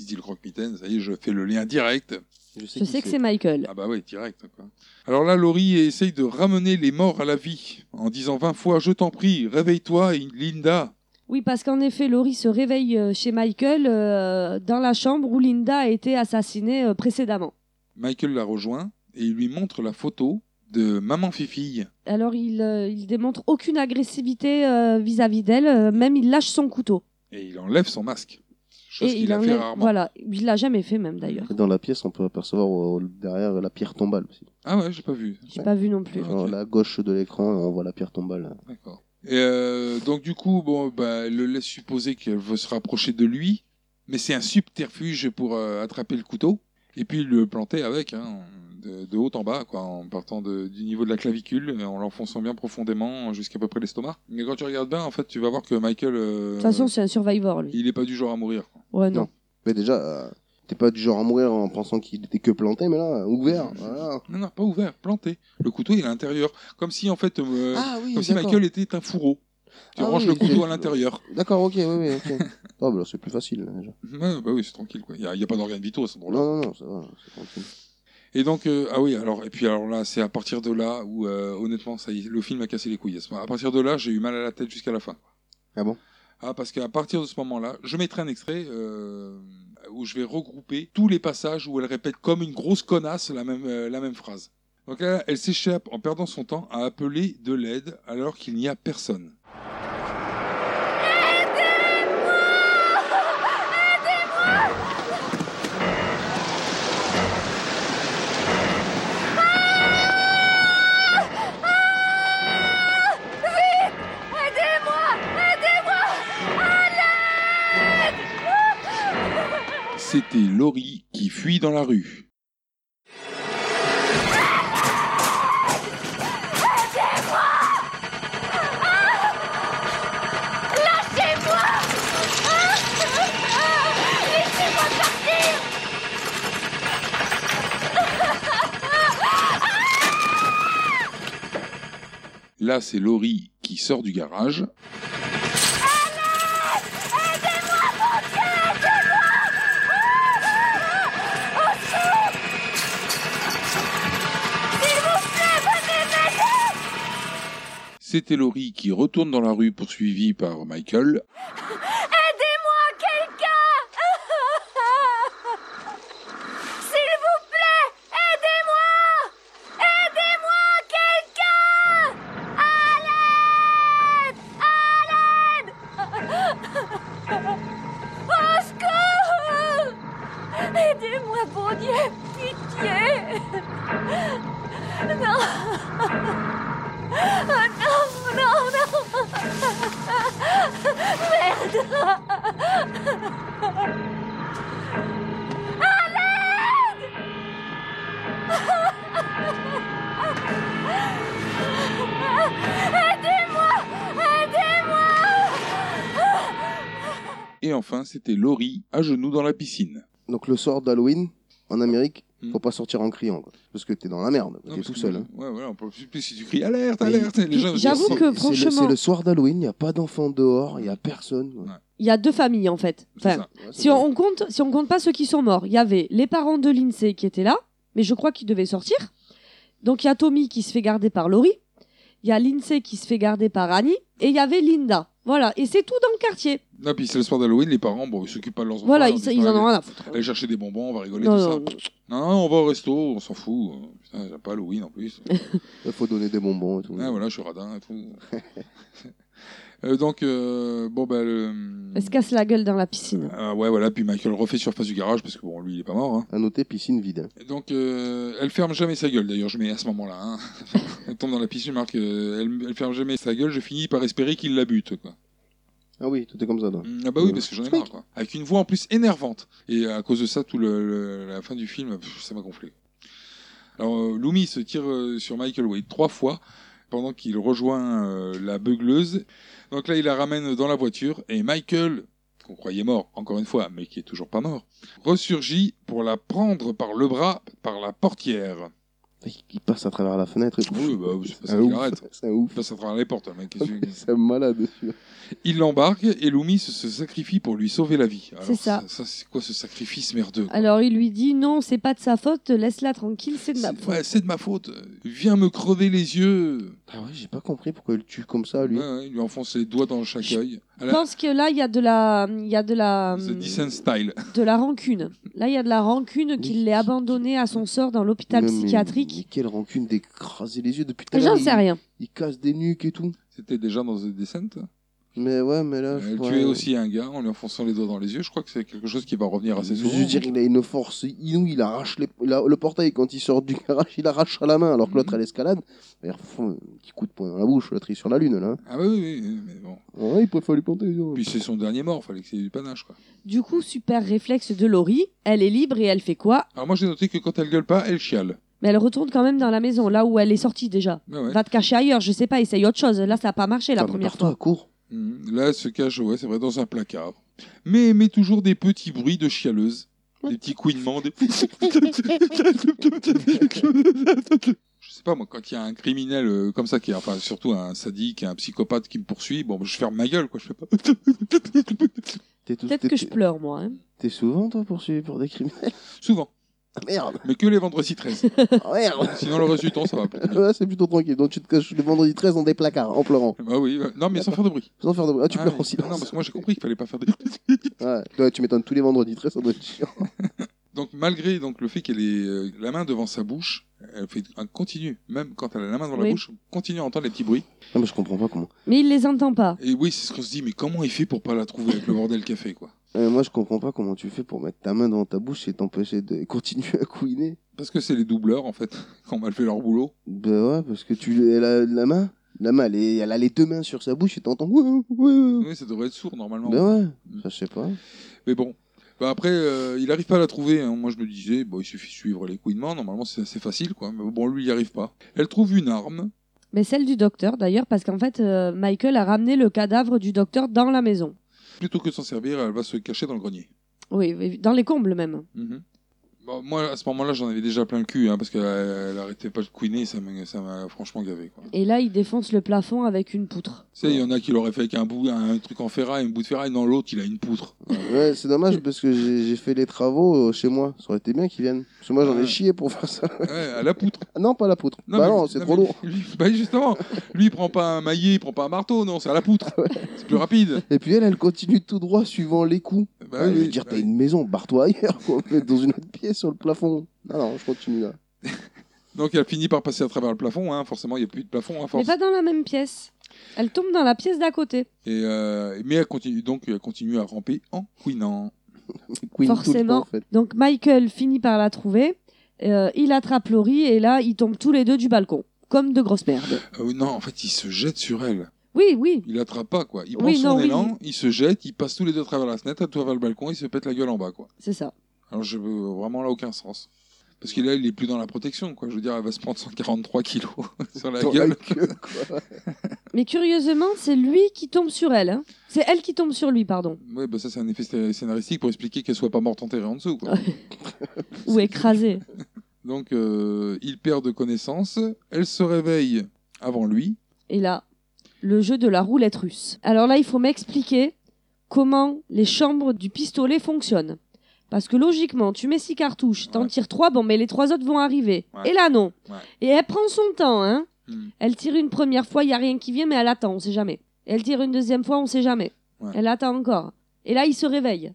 il se dit le croque-mitaine ça y est je fais le lien direct. Je qui sais que c'est Michael. Ah bah oui direct quoi. Alors là Laurie essaye de ramener les morts à la vie en disant 20 fois je t'en prie réveille-toi Linda. Oui, parce qu'en effet, Laurie se réveille euh, chez Michael euh, dans la chambre où Linda a été assassinée euh, précédemment. Michael la rejoint et il lui montre la photo de maman fifille. Alors, il, euh, il démontre aucune agressivité euh, vis-à-vis d'elle, euh, même il lâche son couteau. Et il enlève son masque. Chose qu'il a fait enlève- rarement. Voilà, il l'a jamais fait même d'ailleurs. Et Dans la pièce, on peut apercevoir au- au- derrière la pierre tombale aussi. Ah ouais, Euh, j'ai pas vu. J'ai pas vu non plus. Ok. Genre, à la gauche de l'écran, on voit la pierre tombale. D'accord. Et euh, donc du coup, bon, bah, elle le laisse supposer qu'elle veut se rapprocher de lui, mais c'est un subterfuge pour euh, attraper le couteau et puis le planter avec, hein, de, de haut en bas, quoi, en partant de- du niveau de la clavicule, euh, en l'enfonçant bien profondément jusqu'à peu près l'estomac. Mais quand tu regardes bien, en fait, tu vas voir que Michael, euh, De toute façon, c'est un survivor lui. il est pas du genre à mourir. quoi. Ouais, non. non. Mais déjà, euh, T'es pas du genre à mourir en pensant qu'il était que planté, mais là, ouvert. voilà. Non, non, pas ouvert, planté. Le couteau, il est à l'intérieur. Comme si, en fait, euh, Ah oui, comme si d'accord. Michael était un fourreau. Tu Ah ranges oui, le ok. couteau à l'intérieur. D'accord, ok, oui, oui, ok. oh, bah, là, c'est plus facile, là, déjà. Ouais, bah oui, c'est tranquille, quoi. Il n'y a, y a pas d'organes vitaux à ce moment-là. Non, non, non, ça va, c'est tranquille. Et donc, euh, ah oui, alors, et puis alors là, c'est à partir de là où, euh, honnêtement, ça, y est, le film a cassé les couilles. À ce moment- À partir de là, j'ai eu mal à la tête jusqu'à la fin. Ah bon Ah, parce qu'à partir de ce moment-là, je mettrai un extrait euh, où je vais regrouper tous les passages où elle répète comme une grosse connasse la même, euh, la même phrase. Donc là, elle s'échappe en perdant son temps à appeler de l'aide alors qu'il n'y a personne. C'était Laurie qui fuit dans la rue. Là, c'est Laurie qui sort du garage. C'était Laurie qui retourne dans la rue poursuivie par Michael. Aidez-moi, bon Dieu, pitié Non Oh non, non, non Merde À l'aide Aidez-moi Aidez-moi Et enfin, c'était Laurie à genoux dans la piscine. Donc, le sort d'Halloween, en Amérique, Hmm. faut pas sortir en criant, quoi. Parce que t'es dans la merde, Non, t'es parce tout que- seul. hein. Ouais, voilà, on peut plus si tu cries alerte, Mais- alerte. les gens- J'avoue C'est- que c'est le- franchement- C'est le soir d'Halloween, y a pas d'enfants dehors, y a personne. quoi. Ouais. Il y a deux familles en fait. C'est Enfin, ça. Ouais, c'est si vrai. on compte, si on compte pas ceux qui sont morts, il y avait les parents de l'INSEE qui étaient là, mais je crois qu'ils devaient sortir. Donc il y a Tommy qui se fait garder par Laurie, il y a l'INSEE qui se fait garder par Annie, et il y avait Linda. Voilà, et c'est tout dans le quartier. Non, puis c'est le soir d'Halloween, les parents, bon, ils s'occupent pas de leurs enfants. Voilà, ils ils, disent, ils en allez, ont rien à foutre. Allez chercher des bonbons, on va rigoler, Non, tout non, ça. Non, non, on va au resto, on s'en fout. Putain, j'aime pas Halloween en plus. Il faut donner des bonbons et tout. ah, voilà, je suis radin et tout. Euh, donc, euh, bon, bah. Le... Elle se casse la gueule dans la piscine. Ah, ouais, voilà, puis Michael refait surface du garage parce que bon, lui, il est pas mort. hein. À noter piscine vide. Et Donc, euh, elle ferme jamais sa gueule d'ailleurs, je mets à ce moment-là. hein. elle tombe dans la piscine, je marque, euh, elle, elle ferme jamais sa gueule, je finis par espérer qu'il la bute, quoi. Ah oui, tout est comme ça. donc. Mm, Ah bah oui, parce que j'en ai marre, quoi. Avec une voix en plus énervante. Et à cause de ça, tout le, le- la fin du film, pff, ça m'a gonflé. Alors, euh, Loomis se tire euh, sur Michael Wade trois fois pendant qu'il rejoint euh, la beugleuse. Donc là, il la ramène dans la voiture et Michael, qu'on croyait mort, encore une fois, mais qui est toujours pas mort, ressurgit pour la prendre par le bras par la portière. Il- Il passe à travers la fenêtre et tout. Oui, bah, c'est pas ça un qu'il ouf. arrête. C'est un ouf. Il passe à travers les portes, le mec. qu'est-ce que- C'est un malade, celui-là. Il l'embarque et Loomis se sacrifie pour lui sauver la vie. Alors, C'est ça. c'est quoi ce sacrifice merdeux quoi Alors il lui dit non, c'est pas de sa faute, laisse-la tranquille, c'est de ma C'est faute. ouais, c'est de ma faute. Viens me crever les yeux. Ah ouais, j'ai pas compris pourquoi il le tue comme ça, lui. Ouais, ouais, il lui enfonce les doigts dans chaque Je- œil. À Je la- pense que là il y a de la, il y a de la, The Descent Style. de la rancune. Là il y a de la rancune qu'il l'ait abandonné à son sort dans l'hôpital Non, mais- Mais psychiatrique. quelle rancune d'écraser les yeux depuis tout à l'heure. J'en il- sais rien. Il casse des nuques et tout. C'était déjà dans The Euh, Descent. Euh, Mais ouais, mais là. je Elle crois- tuait aussi un gars en lui enfonçant les doigts dans les yeux. Je crois que c'est quelque chose qui va revenir assez Je souvent. veux dire, il a une force inouïe. Il arrache les- il a- le portail quand il sort du garage, il arrache à la main, alors que l'autre, elle escalade. D'ailleurs, fou, petit coup de poing dans la bouche, l'autre, il est sur la lune, là. Ah oui, oui, oui, mais bon. Ouais, il peut falloir lui planter. disons. Puis c'est son dernier mort, fallait que c'est du panache quoi. Du coup, super réflexe de Laurie, elle est libre et elle fait quoi Alors moi j'ai noté que quand elle gueule pas, elle chiale. Mais elle retourne quand même dans la maison, là où elle est sortie déjà. Ah ouais. Va te cacher ailleurs, je sais pas, essaye autre chose. Là, ça a pas marché la Putain, mais première pars-toi, fois. cours. Mm, Mhm. Là, elle se cache, ouais, c'est vrai, dans un placard. Mais émet toujours des petits bruits de chialeuse. Des petits couinements. des- Je sais pas, moi, quand il y a un criminel euh, comme ça, qui est, enfin, surtout un sadique, un psychopathe qui me poursuit, bon, je ferme ma gueule, quoi. Je fais pas. T'es tout- Peut-être t'es- que je pleure, moi. hein. T'es souvent, toi, poursuivi pour des criminels Souvent. Ah, Merde Mais que les vendredis 13. Ah, Merde Sinon, le reste du temps, ça va. plutôt bien. Ouais, c'est plutôt tranquille. Donc tu te caches le vendredi 13 dans des placards en pleurant. Bah oui, bah- non, mais sans faire de bruit. Sans faire de bruit. Ah, tu Ah pleures oui. Non, en silence. parce que moi, j'ai compris qu'il fallait pas faire de Ouais. Ouais, tu m'étonnes tous les vendredis 13, ça doit être chiant. Donc malgré donc le fait qu'elle ait euh, la main devant sa bouche, elle fait un continu, même quand elle a la main devant la Oui. bouche, on continue à entendre les petits bruits. Non, mais je comprends pas comment. Mais il les entend pas. Et oui, c'est ce qu'on se dit, mais comment il fait pour pas la trouver avec le bordel qu'elle fait quoi Euh, moi, je comprends pas comment tu fais pour mettre ta main devant ta bouche et t'empêcher de continuer à couiner. Parce que c'est les doubleurs en fait, qui ont mal fait leur boulot. Bah ouais, parce que tu. Elle a la main La main, elle, est- elle a les deux mains sur sa bouche et t'entends. Ouais, ouais, ouais. Oui, ça devrait être sourd normalement. Bah ouais, ça, je sais pas. Mais bon. Bah après, euh, il arrive pas à la trouver. hein. Moi, je me disais, bon, il suffit de suivre les couinements. Normalement, c'est assez facile, quoi. Mais bon, lui, il y arrive pas. Elle trouve une arme. Mais celle du docteur, d'ailleurs, parce qu'en fait, euh, Michael a ramené le cadavre du docteur dans la maison. Plutôt que de s'en servir, elle va se cacher dans le grenier. Oui, oui, dans les combles même. Mhm. Bon, moi, à ce moment-là, j'en avais déjà plein le cul, hein, parce qu'elle elle arrêtait pas de couiner, ça m'a ça m'a franchement gavé. Quoi. Et là, il défonce le plafond avec une poutre. Tu sais, il y en a qui l'auraient fait avec un, bout, un truc en ferraille, un bout de ferraille, dans l'autre, il a une poutre. Ouais, c'est dommage parce que j'ai j'ai fait les travaux euh, chez moi. Ça aurait été bien qu'ils viennent. Parce que moi, j'en ai Ouais. chié pour faire ça. Ouais, à la poutre. Ah non, pas la poutre. bah mais- non, c'est non, trop mais- lourd. lui- bah justement, lui, il prend pas un maillet, il prend pas un marteau, non, c'est à la poutre. C'est plus rapide. Et puis elle, elle continue tout droit suivant les coups. Bah Ouais, Ah je veux oui, dire, bah t'as oui. une maison, barre-toi ailleurs, quoi. Mets dans une autre pièce sur le plafond. Non, non, je continue là. Donc, elle finit par passer à travers le plafond, hein. forcément, il n'y a plus de plafond, hein, Mais force. pas dans la même pièce. Elle tombe dans la pièce d'à côté. Et, euh, mais elle continue, donc, elle continue à ramper en couinant. Queen Forcément. tout le temps, en fait. Donc Michael finit par la trouver. Euh, il attrape Laurie et là, ils tombent tous les deux du balcon. Comme de grosses merdes. Euh, non, en fait, il se jette sur elle. Oui, oui. Il attrape pas, quoi. Il prend Oui, son non, oui. élan, il se jette, il passe tous les deux à travers la fenêtre, à travers le balcon, il se pète la gueule en bas, quoi. C'est ça. Alors, je veux vraiment là aucun sens. Parce qu'il là, il est plus dans la protection, quoi. Je veux dire, elle va se prendre 143 kilos sur la Dans la gueule. queue, quoi. Mais curieusement, c'est lui qui tombe sur elle. hein. C'est elle qui tombe sur lui, pardon. Ouais, bah ça, c'est un effet scé- scénaristique pour expliquer qu'elle soit pas morte enterrée en dessous, quoi. Ou écrasée. Donc, euh, il perd de connaissance, elle se réveille avant lui. Et là, le jeu de la roulette russe. Alors là, il faut m'expliquer comment les chambres du pistolet fonctionnent. Parce que logiquement, tu mets six cartouches, t'en Ouais. tires trois, bon, mais les trois autres vont arriver. Ouais. Et là, non. Ouais. Et elle prend son temps, hein. Mm. Elle tire une première fois, il y a rien qui vient, mais elle attend, on sait jamais. Elle tire une deuxième fois, on sait jamais. Ouais. Elle attend encore. Et là, il se réveille.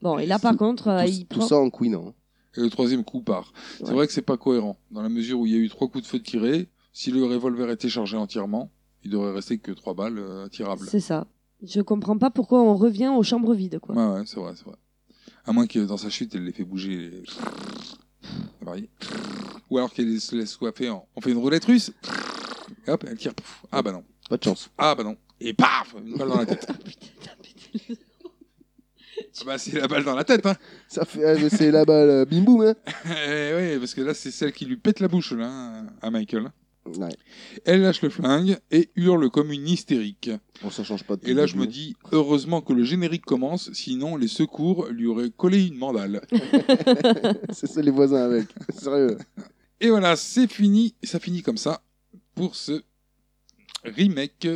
Bon, et là, par contre, euh, tout, il tout prend- ça en hein. couinant. Et le troisième coup part. C'est Ouais. vrai que c'est pas cohérent, dans la mesure où il y a eu trois coups de feu de tirés. Si le revolver était chargé entièrement, il devrait rester que trois balles euh, tirables. C'est ça. Je comprends pas pourquoi on revient aux chambres vides, quoi. Ouais, ouais, c'est vrai, c'est vrai. À moins que dans sa chute, elle les fait bouger. les- Ça varie. Ou alors qu'elle se laisse coiffer en. On fait une roulette russe. Et hop, elle tire. Pouf. Ah bah non. Pas de chance. Ah bah non. Et paf Une balle dans la tête. Ah bah c'est la balle dans la tête, hein. Ça fait, ah, mais c'est la balle, euh, bim boum, hein. Eh ouais, parce que là, c'est celle qui lui pète la bouche, là, hein, à Michael. Ouais. Elle lâche le flingue et hurle comme une hystérique. Bon, ça change pas de Et là, je me dis, heureusement que le générique commence, sinon les secours lui auraient collé une mandale. c'est ça les voisins avec. Sérieux. Et voilà, c'est fini, ça finit comme ça pour ce remake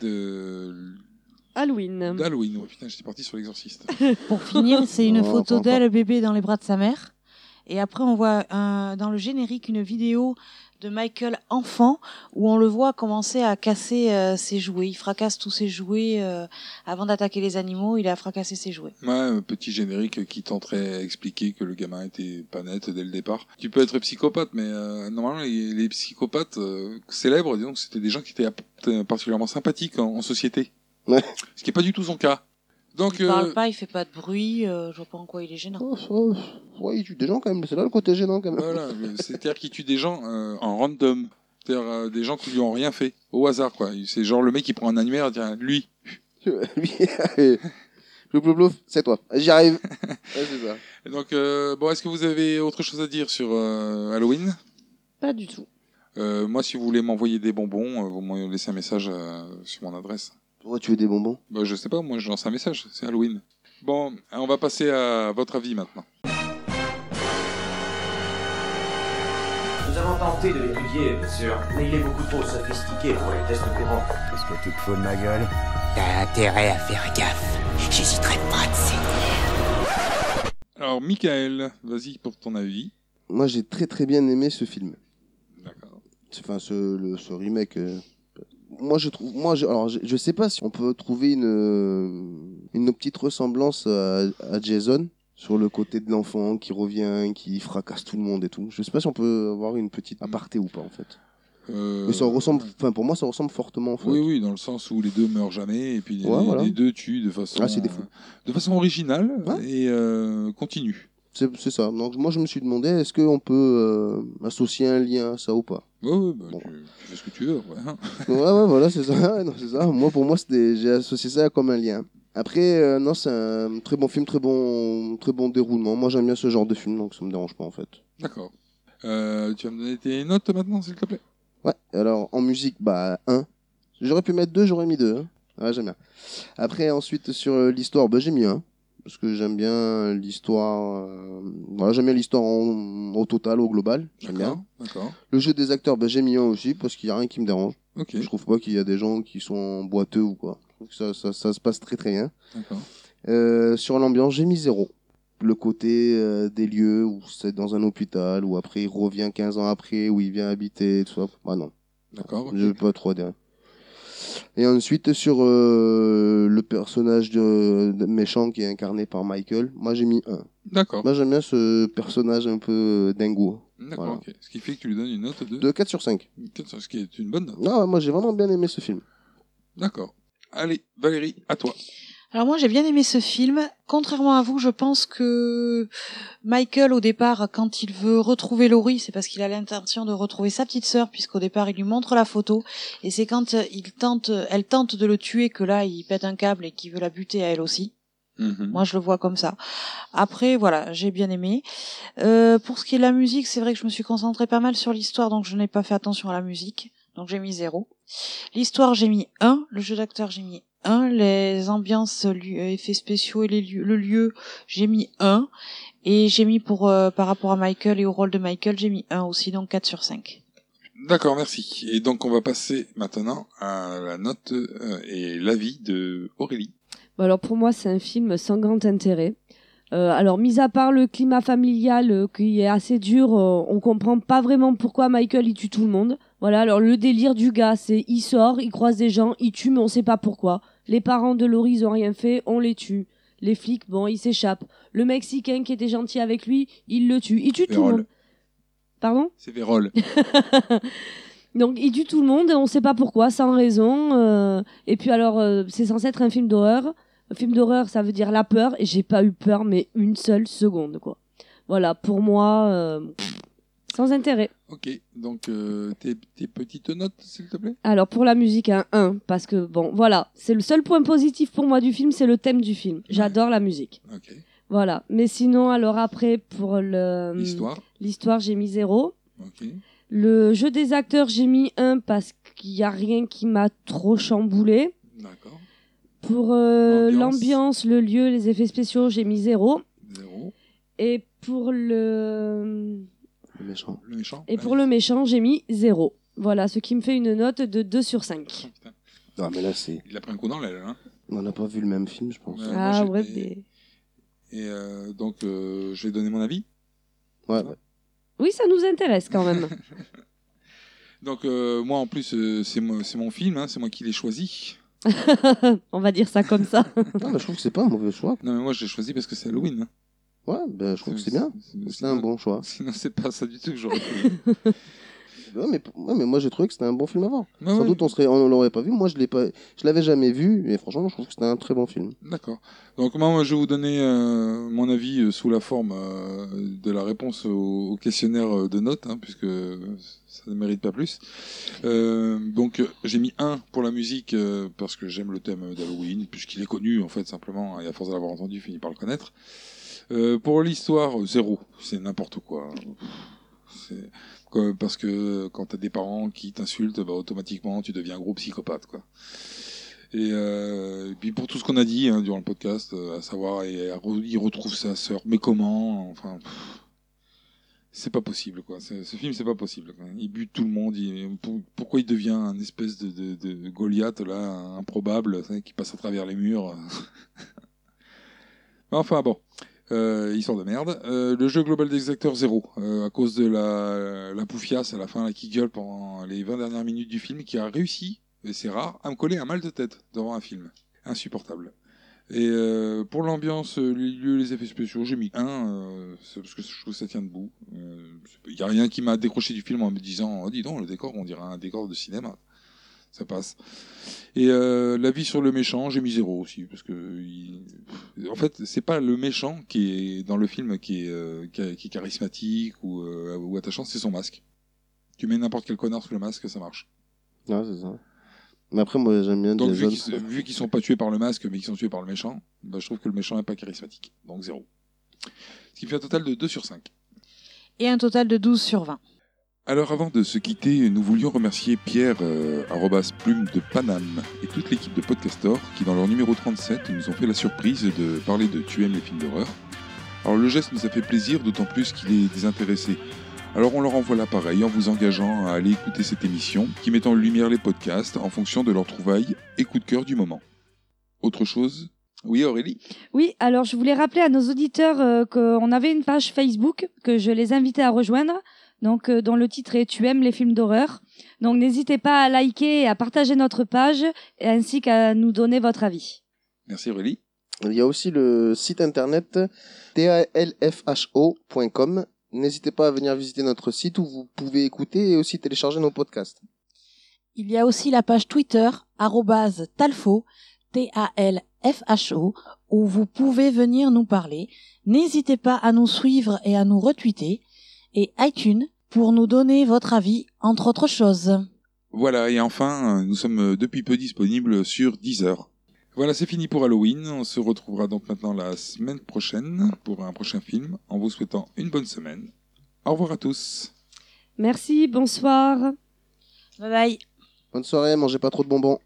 de Euh. Halloween. d'Halloween. Oh, putain, j'étais parti sur l'exorciste. Pour finir, c'est une Oh, photo encore, d'elle bébé dans les bras de sa mère. Et après, on voit un- dans le générique une vidéo de Michael enfant où on le voit commencer à casser euh, ses jouets. Il fracasse tous ses jouets euh, avant d'attaquer les animaux. Il a fracassé ses jouets. Ouais, un euh, petit générique qui tenterait à expliquer que le gamin était pas net dès le départ. Tu peux être psychopathe, mais euh, normalement, les, les psychopathes euh, célèbres, disons que c'était des gens qui étaient ap- particulièrement sympathiques en, en société. Ouais. Ce qui n'est pas du tout son cas. Donc, Il parle euh, pas, il fait pas de bruit. euh, je vois pas en quoi il est gênant. Oh, ça, ouais, il tue des gens quand même. C'est là le côté gênant quand même. Voilà, euh, c'est-à-dire qu'ils tuent des gens euh, en random. C'est-à-dire euh, des gens qui lui ont rien fait, au hasard, quoi. C'est genre le mec qui prend un animal et dit lui. Lui, allez. Plouf, plouf, plouf, c'est toi. J'y arrive. Ouais, c'est ça. Et donc, euh, bon, est-ce que vous avez autre chose à dire sur euh, Halloween Pas du tout. Euh, Moi, si vous voulez m'envoyer des bonbons, euh, vous me laissez un message euh, sur mon adresse. Pourquoi tu veux des bonbons Bah, je sais pas, moi, je lance un message, c'est Halloween. Bon, on va passer à votre avis maintenant. avons tenté de l'étudier, bien sûr, mais il est beaucoup trop sophistiqué pour les tests courants. Qu'est-ce que tu te fous de ma gueule T'as intérêt à faire gaffe. J'hésiterai pas de Alors, Michael, vas-y pour ton avis. Moi, j'ai très très bien aimé ce film. C'est- Enfin, ce, le- ce remake. euh, Moi, je trouve. Moi, je, alors, je, je sais pas si on peut trouver une euh, une petite ressemblance à, à Jason sur le côté de l'enfant qui revient, qui fracasse tout le monde et tout. Je sais pas si on peut avoir une petite aparté ou pas en fait. Hmm. Euh, Mais ça ressemble. Enfin, pour moi, ça ressemble fortement. en fait. Oui, oui, dans le sens où les deux meurent jamais et puis les, Ouais, voilà. les deux tuent de façon, euh, Ah, c'est des fous. de façon originale et euh, continue. C'est c'est ça. Donc, moi, je me suis demandé, est-ce qu'on peut euh, associer un lien à ça ou pas Ouais, ouais, bah, tu, tu fais ce que tu veux. ouais, hein. ouais, ouais, voilà, c'est ça. Non, c'est ça. Moi, pour moi, c'était- j'ai associé ça comme un lien. Après, euh, non, c'est un très bon film, très bon, très bon déroulement. Moi, j'aime bien ce genre de film, donc ça me dérange pas en fait. D'accord. Euh, tu vas me donner tes notes maintenant, s'il te plaît Ouais. Alors, en musique, bah 1. J'aurais pu mettre 2, j'aurais mis 2. Ouais, j'aime bien. Après, ensuite sur euh, l'histoire, bah j'ai mis 1 parce que j'aime bien l'histoire. euh, Voilà, j'aime bien l'histoire en- au total, au global. J'aime bien. D'accord. Le jeu des acteurs, bah, j'ai mis un aussi parce qu'il n'y a rien qui me dérange. Ok. Je trouve pas qu'il y a des gens qui sont boiteux ou quoi. Donc ça, ça, ça se passe très très bien. D'accord. Euh, sur l'ambiance, j'ai mis zéro. Le côté euh, des lieux où c'est dans un hôpital, où après il revient 15 ans après, où il vient habiter, tout ça. Bah non. D'accord. Je vais pas trop adhérer. Et ensuite, sur euh, le personnage de, de méchant qui est incarné par Michael, moi j'ai mis un. D'accord. Moi j'aime bien ce personnage un peu euh, dingo. D'accord, Voilà. ok. Ce qui fait que tu lui donnes une note de... De 4 sur 5. Ce qui est une bonne note. Non, moi j'ai vraiment bien aimé ce film. D'accord. Allez, Valérie, à toi. Alors moi j'ai bien aimé ce film. Contrairement à vous, je pense que Michael au départ, quand il veut retrouver Laurie, c'est parce qu'il a l'intention de retrouver sa petite sœur, puisqu'au départ il lui montre la photo, et c'est quand euh, il tente, elle tente de le tuer que là il pète un câble et qu'il veut la buter à elle aussi. Moi, je le vois comme ça. Après, voilà, j'ai bien aimé. Euh, pour ce qui est de la musique, c'est vrai que je me suis concentrée pas mal sur l'histoire, donc je n'ai pas fait attention à la musique. Donc j'ai mis zéro. L'histoire, j'ai mis 1. Le jeu d'acteur, j'ai mis 1. Les ambiances, lu- euh, effets spéciaux et les lieux- le lieu, j'ai mis 1. Et j'ai mis pour euh, par rapport à Michael et au rôle de Michael, j'ai mis 1 aussi, donc 4 sur 5. D'accord, merci. Et donc on va passer maintenant à la note euh, et l'avis de Aurélie. Bon, Bah, alors pour moi, c'est un film sans grand intérêt. Euh, alors, mis à part le climat familial euh, qui est assez dur, euh, on comprend pas vraiment pourquoi Michael il tue tout le monde. Voilà, alors le délire du gars, c'est il sort, il croise des gens, il tue, mais on sait pas pourquoi. Les parents de Laurie, ils ont rien fait, on les tue. Les flics, bon, ils s'échappent. Le Mexicain qui était gentil avec lui, il le tue. Il tue tout le Vérole. monde. Pardon C'est Vérol. donc il tue tout le monde, on sait pas pourquoi, sans raison. euh, et puis alors, euh, c'est censé être un film d'horreur. Un film d'horreur, ça veut dire la peur. Et j'ai pas eu peur, mais une seule seconde, quoi. Voilà, pour moi, euh, pff, sans intérêt. ok, donc euh, tes, tes petites notes, s'il te plaît Alors pour la musique, un 1, parce que bon, voilà, c'est le seul point positif pour moi du film, c'est le thème du film. J'adore la musique. Ok. Voilà, mais sinon, alors après, pour le... L'histoire. L'histoire, j'ai mis 0. Ok. Le jeu des acteurs, j'ai mis 1 parce qu'il n'y a rien qui m'a trop chamboulé. D'accord. Pour euh, l'ambiance, le lieu, les effets spéciaux, j'ai mis 0. Zéro. Et pour le, Le méchant. Le méchant. Et pour le méchant, j'ai mis 0. Voilà, ce qui me fait une note de 2 sur 5. Non, mais là, c'est. Oh, Il a pris un coup dans l'aile. Hein On n'a pas vu le même film, je pense. Ouais, ah moi, ouais, j'ai- mais- Et euh, donc euh, je vais donner mon avis. Ouais. Oui, ça nous intéresse quand même. Donc euh, moi en plus euh, c'est moi- c'est mon film, hein, c'est moi qui l'ai choisi. On va dire ça comme ça. Non, mais je trouve que c'est pas un mauvais choix. Non mais moi je l'ai choisi parce que c'est Halloween. hein. Ouais, ben, je trouve que c'est bien. C'est un bon choix. Sinon c'est pas ça du tout que j'aurais fait. Ouais, mais, ouais, mais moi j'ai trouvé que c'était un bon film avant. Ouais, Sans Ah ouais. doute on serait, on l'aurait pas vu. Moi je l'ai pas, je l'avais jamais vu. Et franchement, je trouve que c'était un très bon film. D'accord. Donc moi, moi, je vais vous donner euh, mon avis euh, sous la forme euh, de la réponse au, au questionnaire euh, de notes, hein, puisque ça ne mérite pas plus. Euh, donc euh, j'ai mis 1 pour la musique euh, parce que j'aime le thème d'Halloween, puisqu'il est connu en fait simplement, hein, et à force de l'avoir entendu, fini par le connaître. Euh, pour l'histoire, euh, zéro, c'est n'importe quoi. C'est- quoi, Parce que quand t'as des parents qui t'insultent, bah, automatiquement tu deviens un gros psychopathe. Quoi. Et, euh, et puis pour tout ce qu'on a dit hein, durant le podcast, euh, à savoir, et, et re- il retrouve sa sœur, mais comment Enfin, pff, c'est pas possible quoi. Ce, ce film c'est pas possible. quoi. Il bute tout le monde. il- pour- pourquoi il devient un espèce de, de- de Goliath là, improbable, ça, qui passe à travers les murs. Mais enfin bon, euh, histoire de merde. Euh, le jeu global des acteurs zéro euh, à cause de la, la poufiasse à la fin, la qui gueule pendant les 20 dernières minutes du film, qui a réussi, et c'est rare, à me coller un mal de tête devant un film. Insupportable. Et euh, pour l'ambiance, euh, les lieux, les effets spéciaux, j'ai mis 1, parce que je trouve que ça tient debout. Euh, Il n'y a rien qui m'a décroché du film en me disant oh, dis donc, le décor, on dirait un décor de cinéma. Ça passe. Et euh, l'avis sur le méchant, j'ai mis 0 aussi, parce que. il- En fait, c'est pas le méchant qui est dans le film qui est, euh, qui est- qui est charismatique ou, euh, ou attachant, c'est son masque. Tu mets n'importe quel connard sous le masque, ça marche. Ouais, c'est ça. Mais après, moi, j'aime bien Donc, vu Jason. qu'ils se- vu qu'ils sont pas tués par le masque, mais qu'ils sont tués par le méchant, bah, je trouve que le méchant n'est pas charismatique. Donc, zéro. Ce qui fait un total de 2 sur 5. Et un total de 12 sur 20. Alors, avant de se quitter, nous voulions remercier Pierre, euh, arrobas plume de Paname, et toute l'équipe de Podcastor qui, dans leur numéro 37, nous ont fait la surprise de parler de Tu aimes les films d'horreur. Alors, le geste nous a fait plaisir, d'autant plus qu'il est désintéressé. Alors, on leur envoie l'appareil en vous engageant à aller écouter cette émission qui met en lumière les podcasts en fonction de leurs trouvailles et coup de cœur du moment. Autre chose Oui, Aurélie Oui, alors je voulais rappeler à nos auditeurs euh, qu'on avait une page Facebook que je les invitais à rejoindre, donc euh, dont le titre est Tu aimes les films d'horreur. Donc n'hésitez pas à liker et à partager notre page et ainsi qu'à nous donner votre avis. Merci, Aurélie. Il y a aussi le site internet talfho.com. N'hésitez pas à venir visiter notre site où vous pouvez écouter et aussi télécharger nos podcasts. Il y a aussi la page Twitter, arrobase talfo, T-A-L-F-H-O, où vous pouvez venir nous parler. N'hésitez pas à nous suivre et à nous retweeter. Et iTunes, pour nous donner votre avis, entre autres choses. Voilà, et enfin, euh, nous sommes depuis peu disponibles sur Deezer. Voilà, c'est fini pour Halloween. On se retrouvera donc maintenant la semaine prochaine pour un prochain film, en vous souhaitant une bonne semaine. Au revoir à tous. Merci, bonsoir. Bye bye. Bonne soirée, mangez pas trop de bonbons.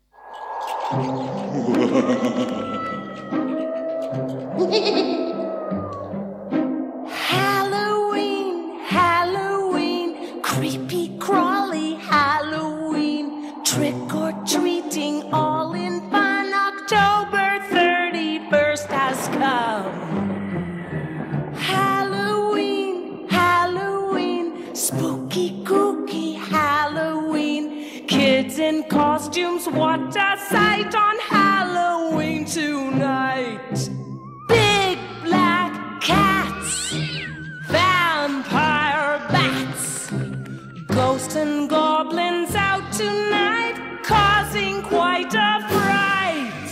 Halloween, Halloween, creepy crawly Halloween, trick or treating all in fun. October 31st has come. Halloween, Halloween, spooky kooky Halloween, kids in costumes, what a sight on Halloween tonight. Big black cats, vampire bats, ghosts and goblins out tonight, causing quite a fright.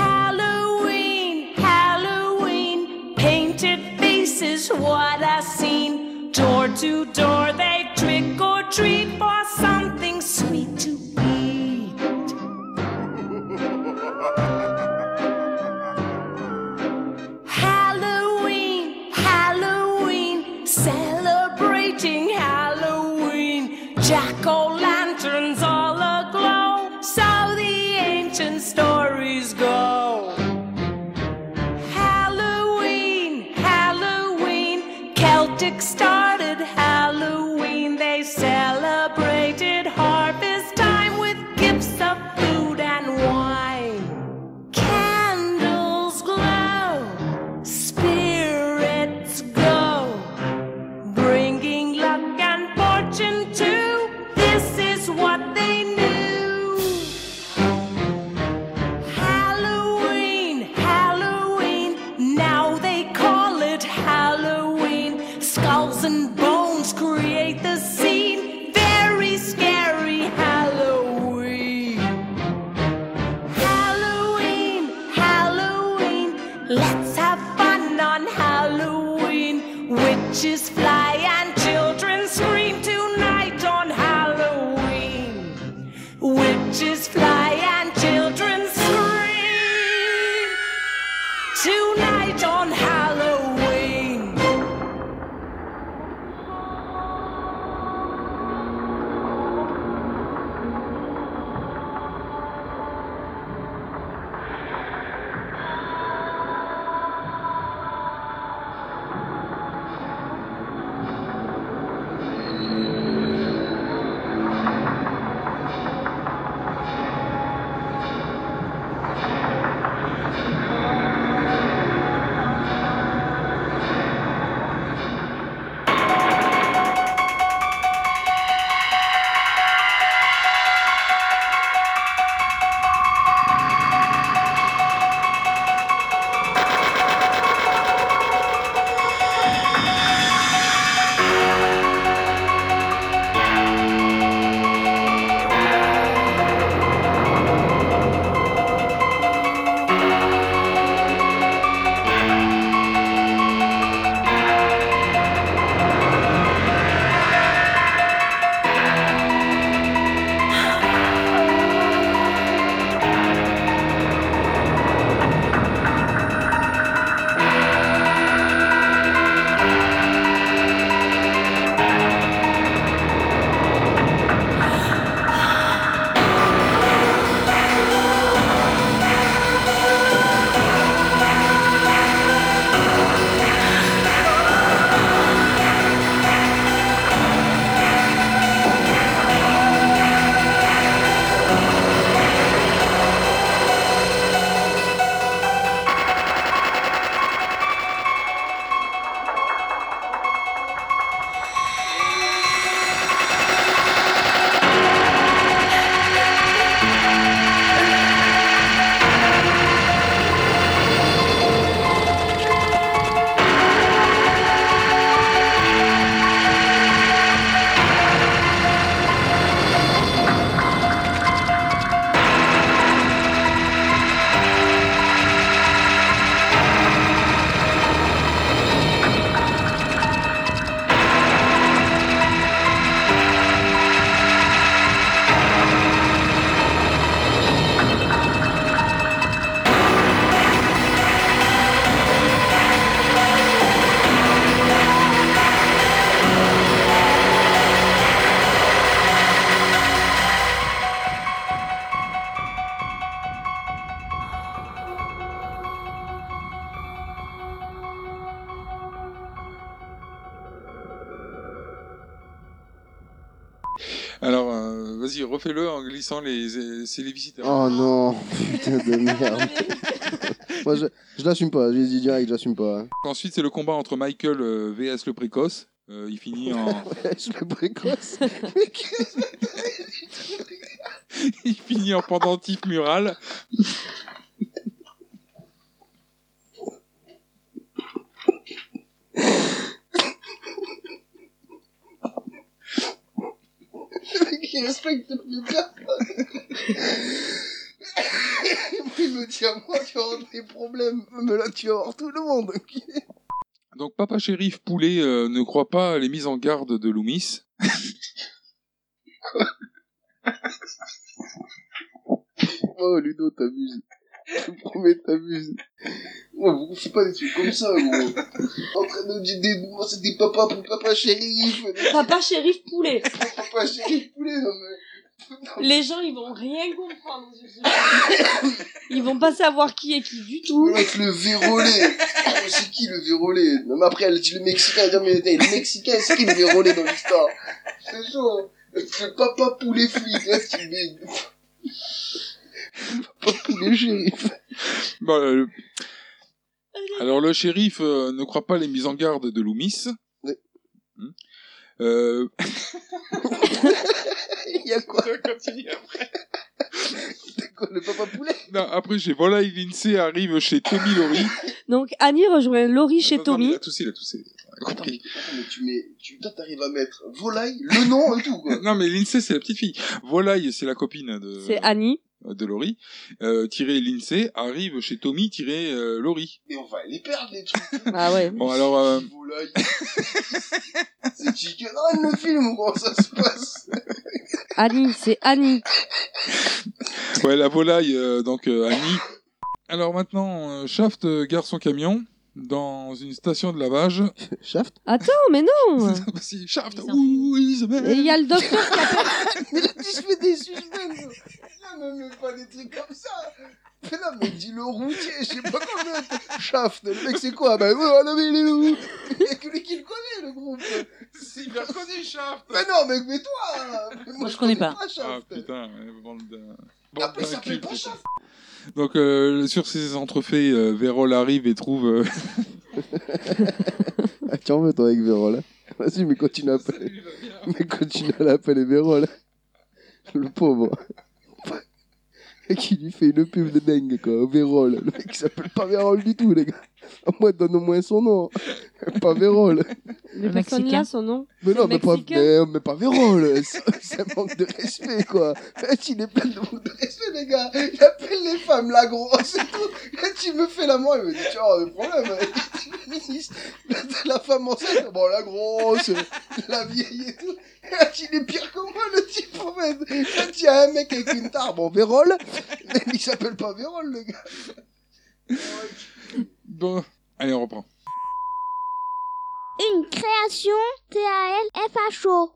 Halloween, Halloween, painted faces, what a scene. Door to door, they trick or treat for something sweet to eat. Halloween, Halloween, celebrating Halloween. Jack o' lanterns all aglow, so the ancient stories go. Halloween, Halloween, Celtic started Halloween. They celebrated harvest time with gifts of food and wine candles glow, spirits go, bringing luck and fortune too. This is what they knew. Halloween, Halloween, now they call it Halloween. Skulls and bones create the scene. Very scary Halloween. Halloween, Halloween, let's have fun on Halloween. Witches fly and children scream tonight on Halloween. Witches fly and children scream tonight on Halloween. Alors, euh, vas-y, refais-le en glissant les, euh, c'est les visiteurs. Oh non, putain de merde. Moi, je, je l'assume pas, j'ai dit direct, j'assume pas. hein. Ensuite, c'est le combat entre Michael euh, vs le précoce. Euh, il finit en. le précoce Il finit en pendentif mural. Le mec, il respecte plus personne. Il me dit à moi, tu vas avoir des problèmes. Mais là, tu vas avoir tout le monde. Donc, Papa Shérif Poulet euh, ne croit pas à les mises en garde de Loomis. Oh, Ludo, t'abuses. Je te promets, t'abuses. Ouais, vous faites pas des trucs comme ça, gros. En train de dire des mots, c'est des papas pour papa shérif. Papa shérif poulet. Papa shérif poulet, non mais. Les gens, ils vont rien comprendre. sur ce- Ils vont pas savoir qui est qui du tout. Avec le vérolé. Oh, c'est qui le vérolé Non, mais après, elle dit le Mexicain. Elle dit, mais attends, le Mexicain, c'est qui le vérolé dans l'histoire C'est chaud. Le papa poulet flic, là, c'est une Papa poulet shérif. Bon, euh, Alors, le shérif euh, ne croit pas les mises en garde de Loomis. Hmm. Euh, Il y a quoi Continue après. quoi, le papa poulet non, après, j'ai Volaille Lindsay arrive chez Tommy Laurie. Donc Annie rejoint Laurie chez Non, mais ah, Tommy. il a toussé, il a toussé. Il a compris. Attends, mais tu mets, tu, toi, t'arrives à mettre volaille, le nom et tout, quoi. Non, mais Lindsay, c'est la petite fille. Volaille, c'est la copine de. C'est Annie. de Laurie, euh, tiré Lindsay, arrive chez Tommy, tiré euh, Laurie. Mais on va les perdre, les trucs. Ah ouais. Bon, alors, euh, Volaille. c'est chicken. Ah, le film, comment ça se passe Annie, c'est Annie. ouais, la volaille, euh, donc euh, Annie. Alors maintenant, euh, Shaft euh, gare son camion dans une station de lavage. Shaft Attends, mais non. Si, Shaft, ouh, Isabelle. Et il y a le docteur qui appelle. Mais là, tu fais des suspens. Là, ne mets pas des trucs comme ça. Mais là, mais dis le routier, je sais pas comment. Shaft, le mec, c'est quoi Ben, ouais, non, mais il est où Il y a que lui qui le connaît, le groupe. C'est hyper connu, Shaft. Mais non, mec, mais toi Mais Moi, je connais pas. Ah Shaft. putain, euh, bande d'un- Ah, bande mais il s'appelle pas d'incultes. Shaft. ben, Donc euh, sur ces entrefaits, euh, Vérol arrive et trouve. euh, Ah, tu en veux toi avec Véro là Vas-y, mais continue à appeler. Mais continue à l'appeler Véro là. Le pauvre. Et qui lui fait une pub de dingue quoi, Vérol. Le mec il s'appelle pas Vérol du tout les gars. À moi donne au moins son nom. Pas Vérol. Les personnes là, son nom. Mais non, le mais pas, Mexicain. mais, mais pas Vérol. Ça, ça manque de respect quoi. Eh, Il est plein de Respect, les gars. Il appelle les femmes, là, gros. C'est tout. Là, tu me fais la mort. Il me dit, tu vas avoir des problèmes. Là, t'as la femme enceinte. Bon, la grosse, la vieille et tout. Là, il est pire que moi, le type, en fait. Là, tu as un mec avec une tare. Bon, Vérol. Il s'appelle pas Vérol, le gars. Bon, allez, on reprend. Une création T-A-L-F-H-O.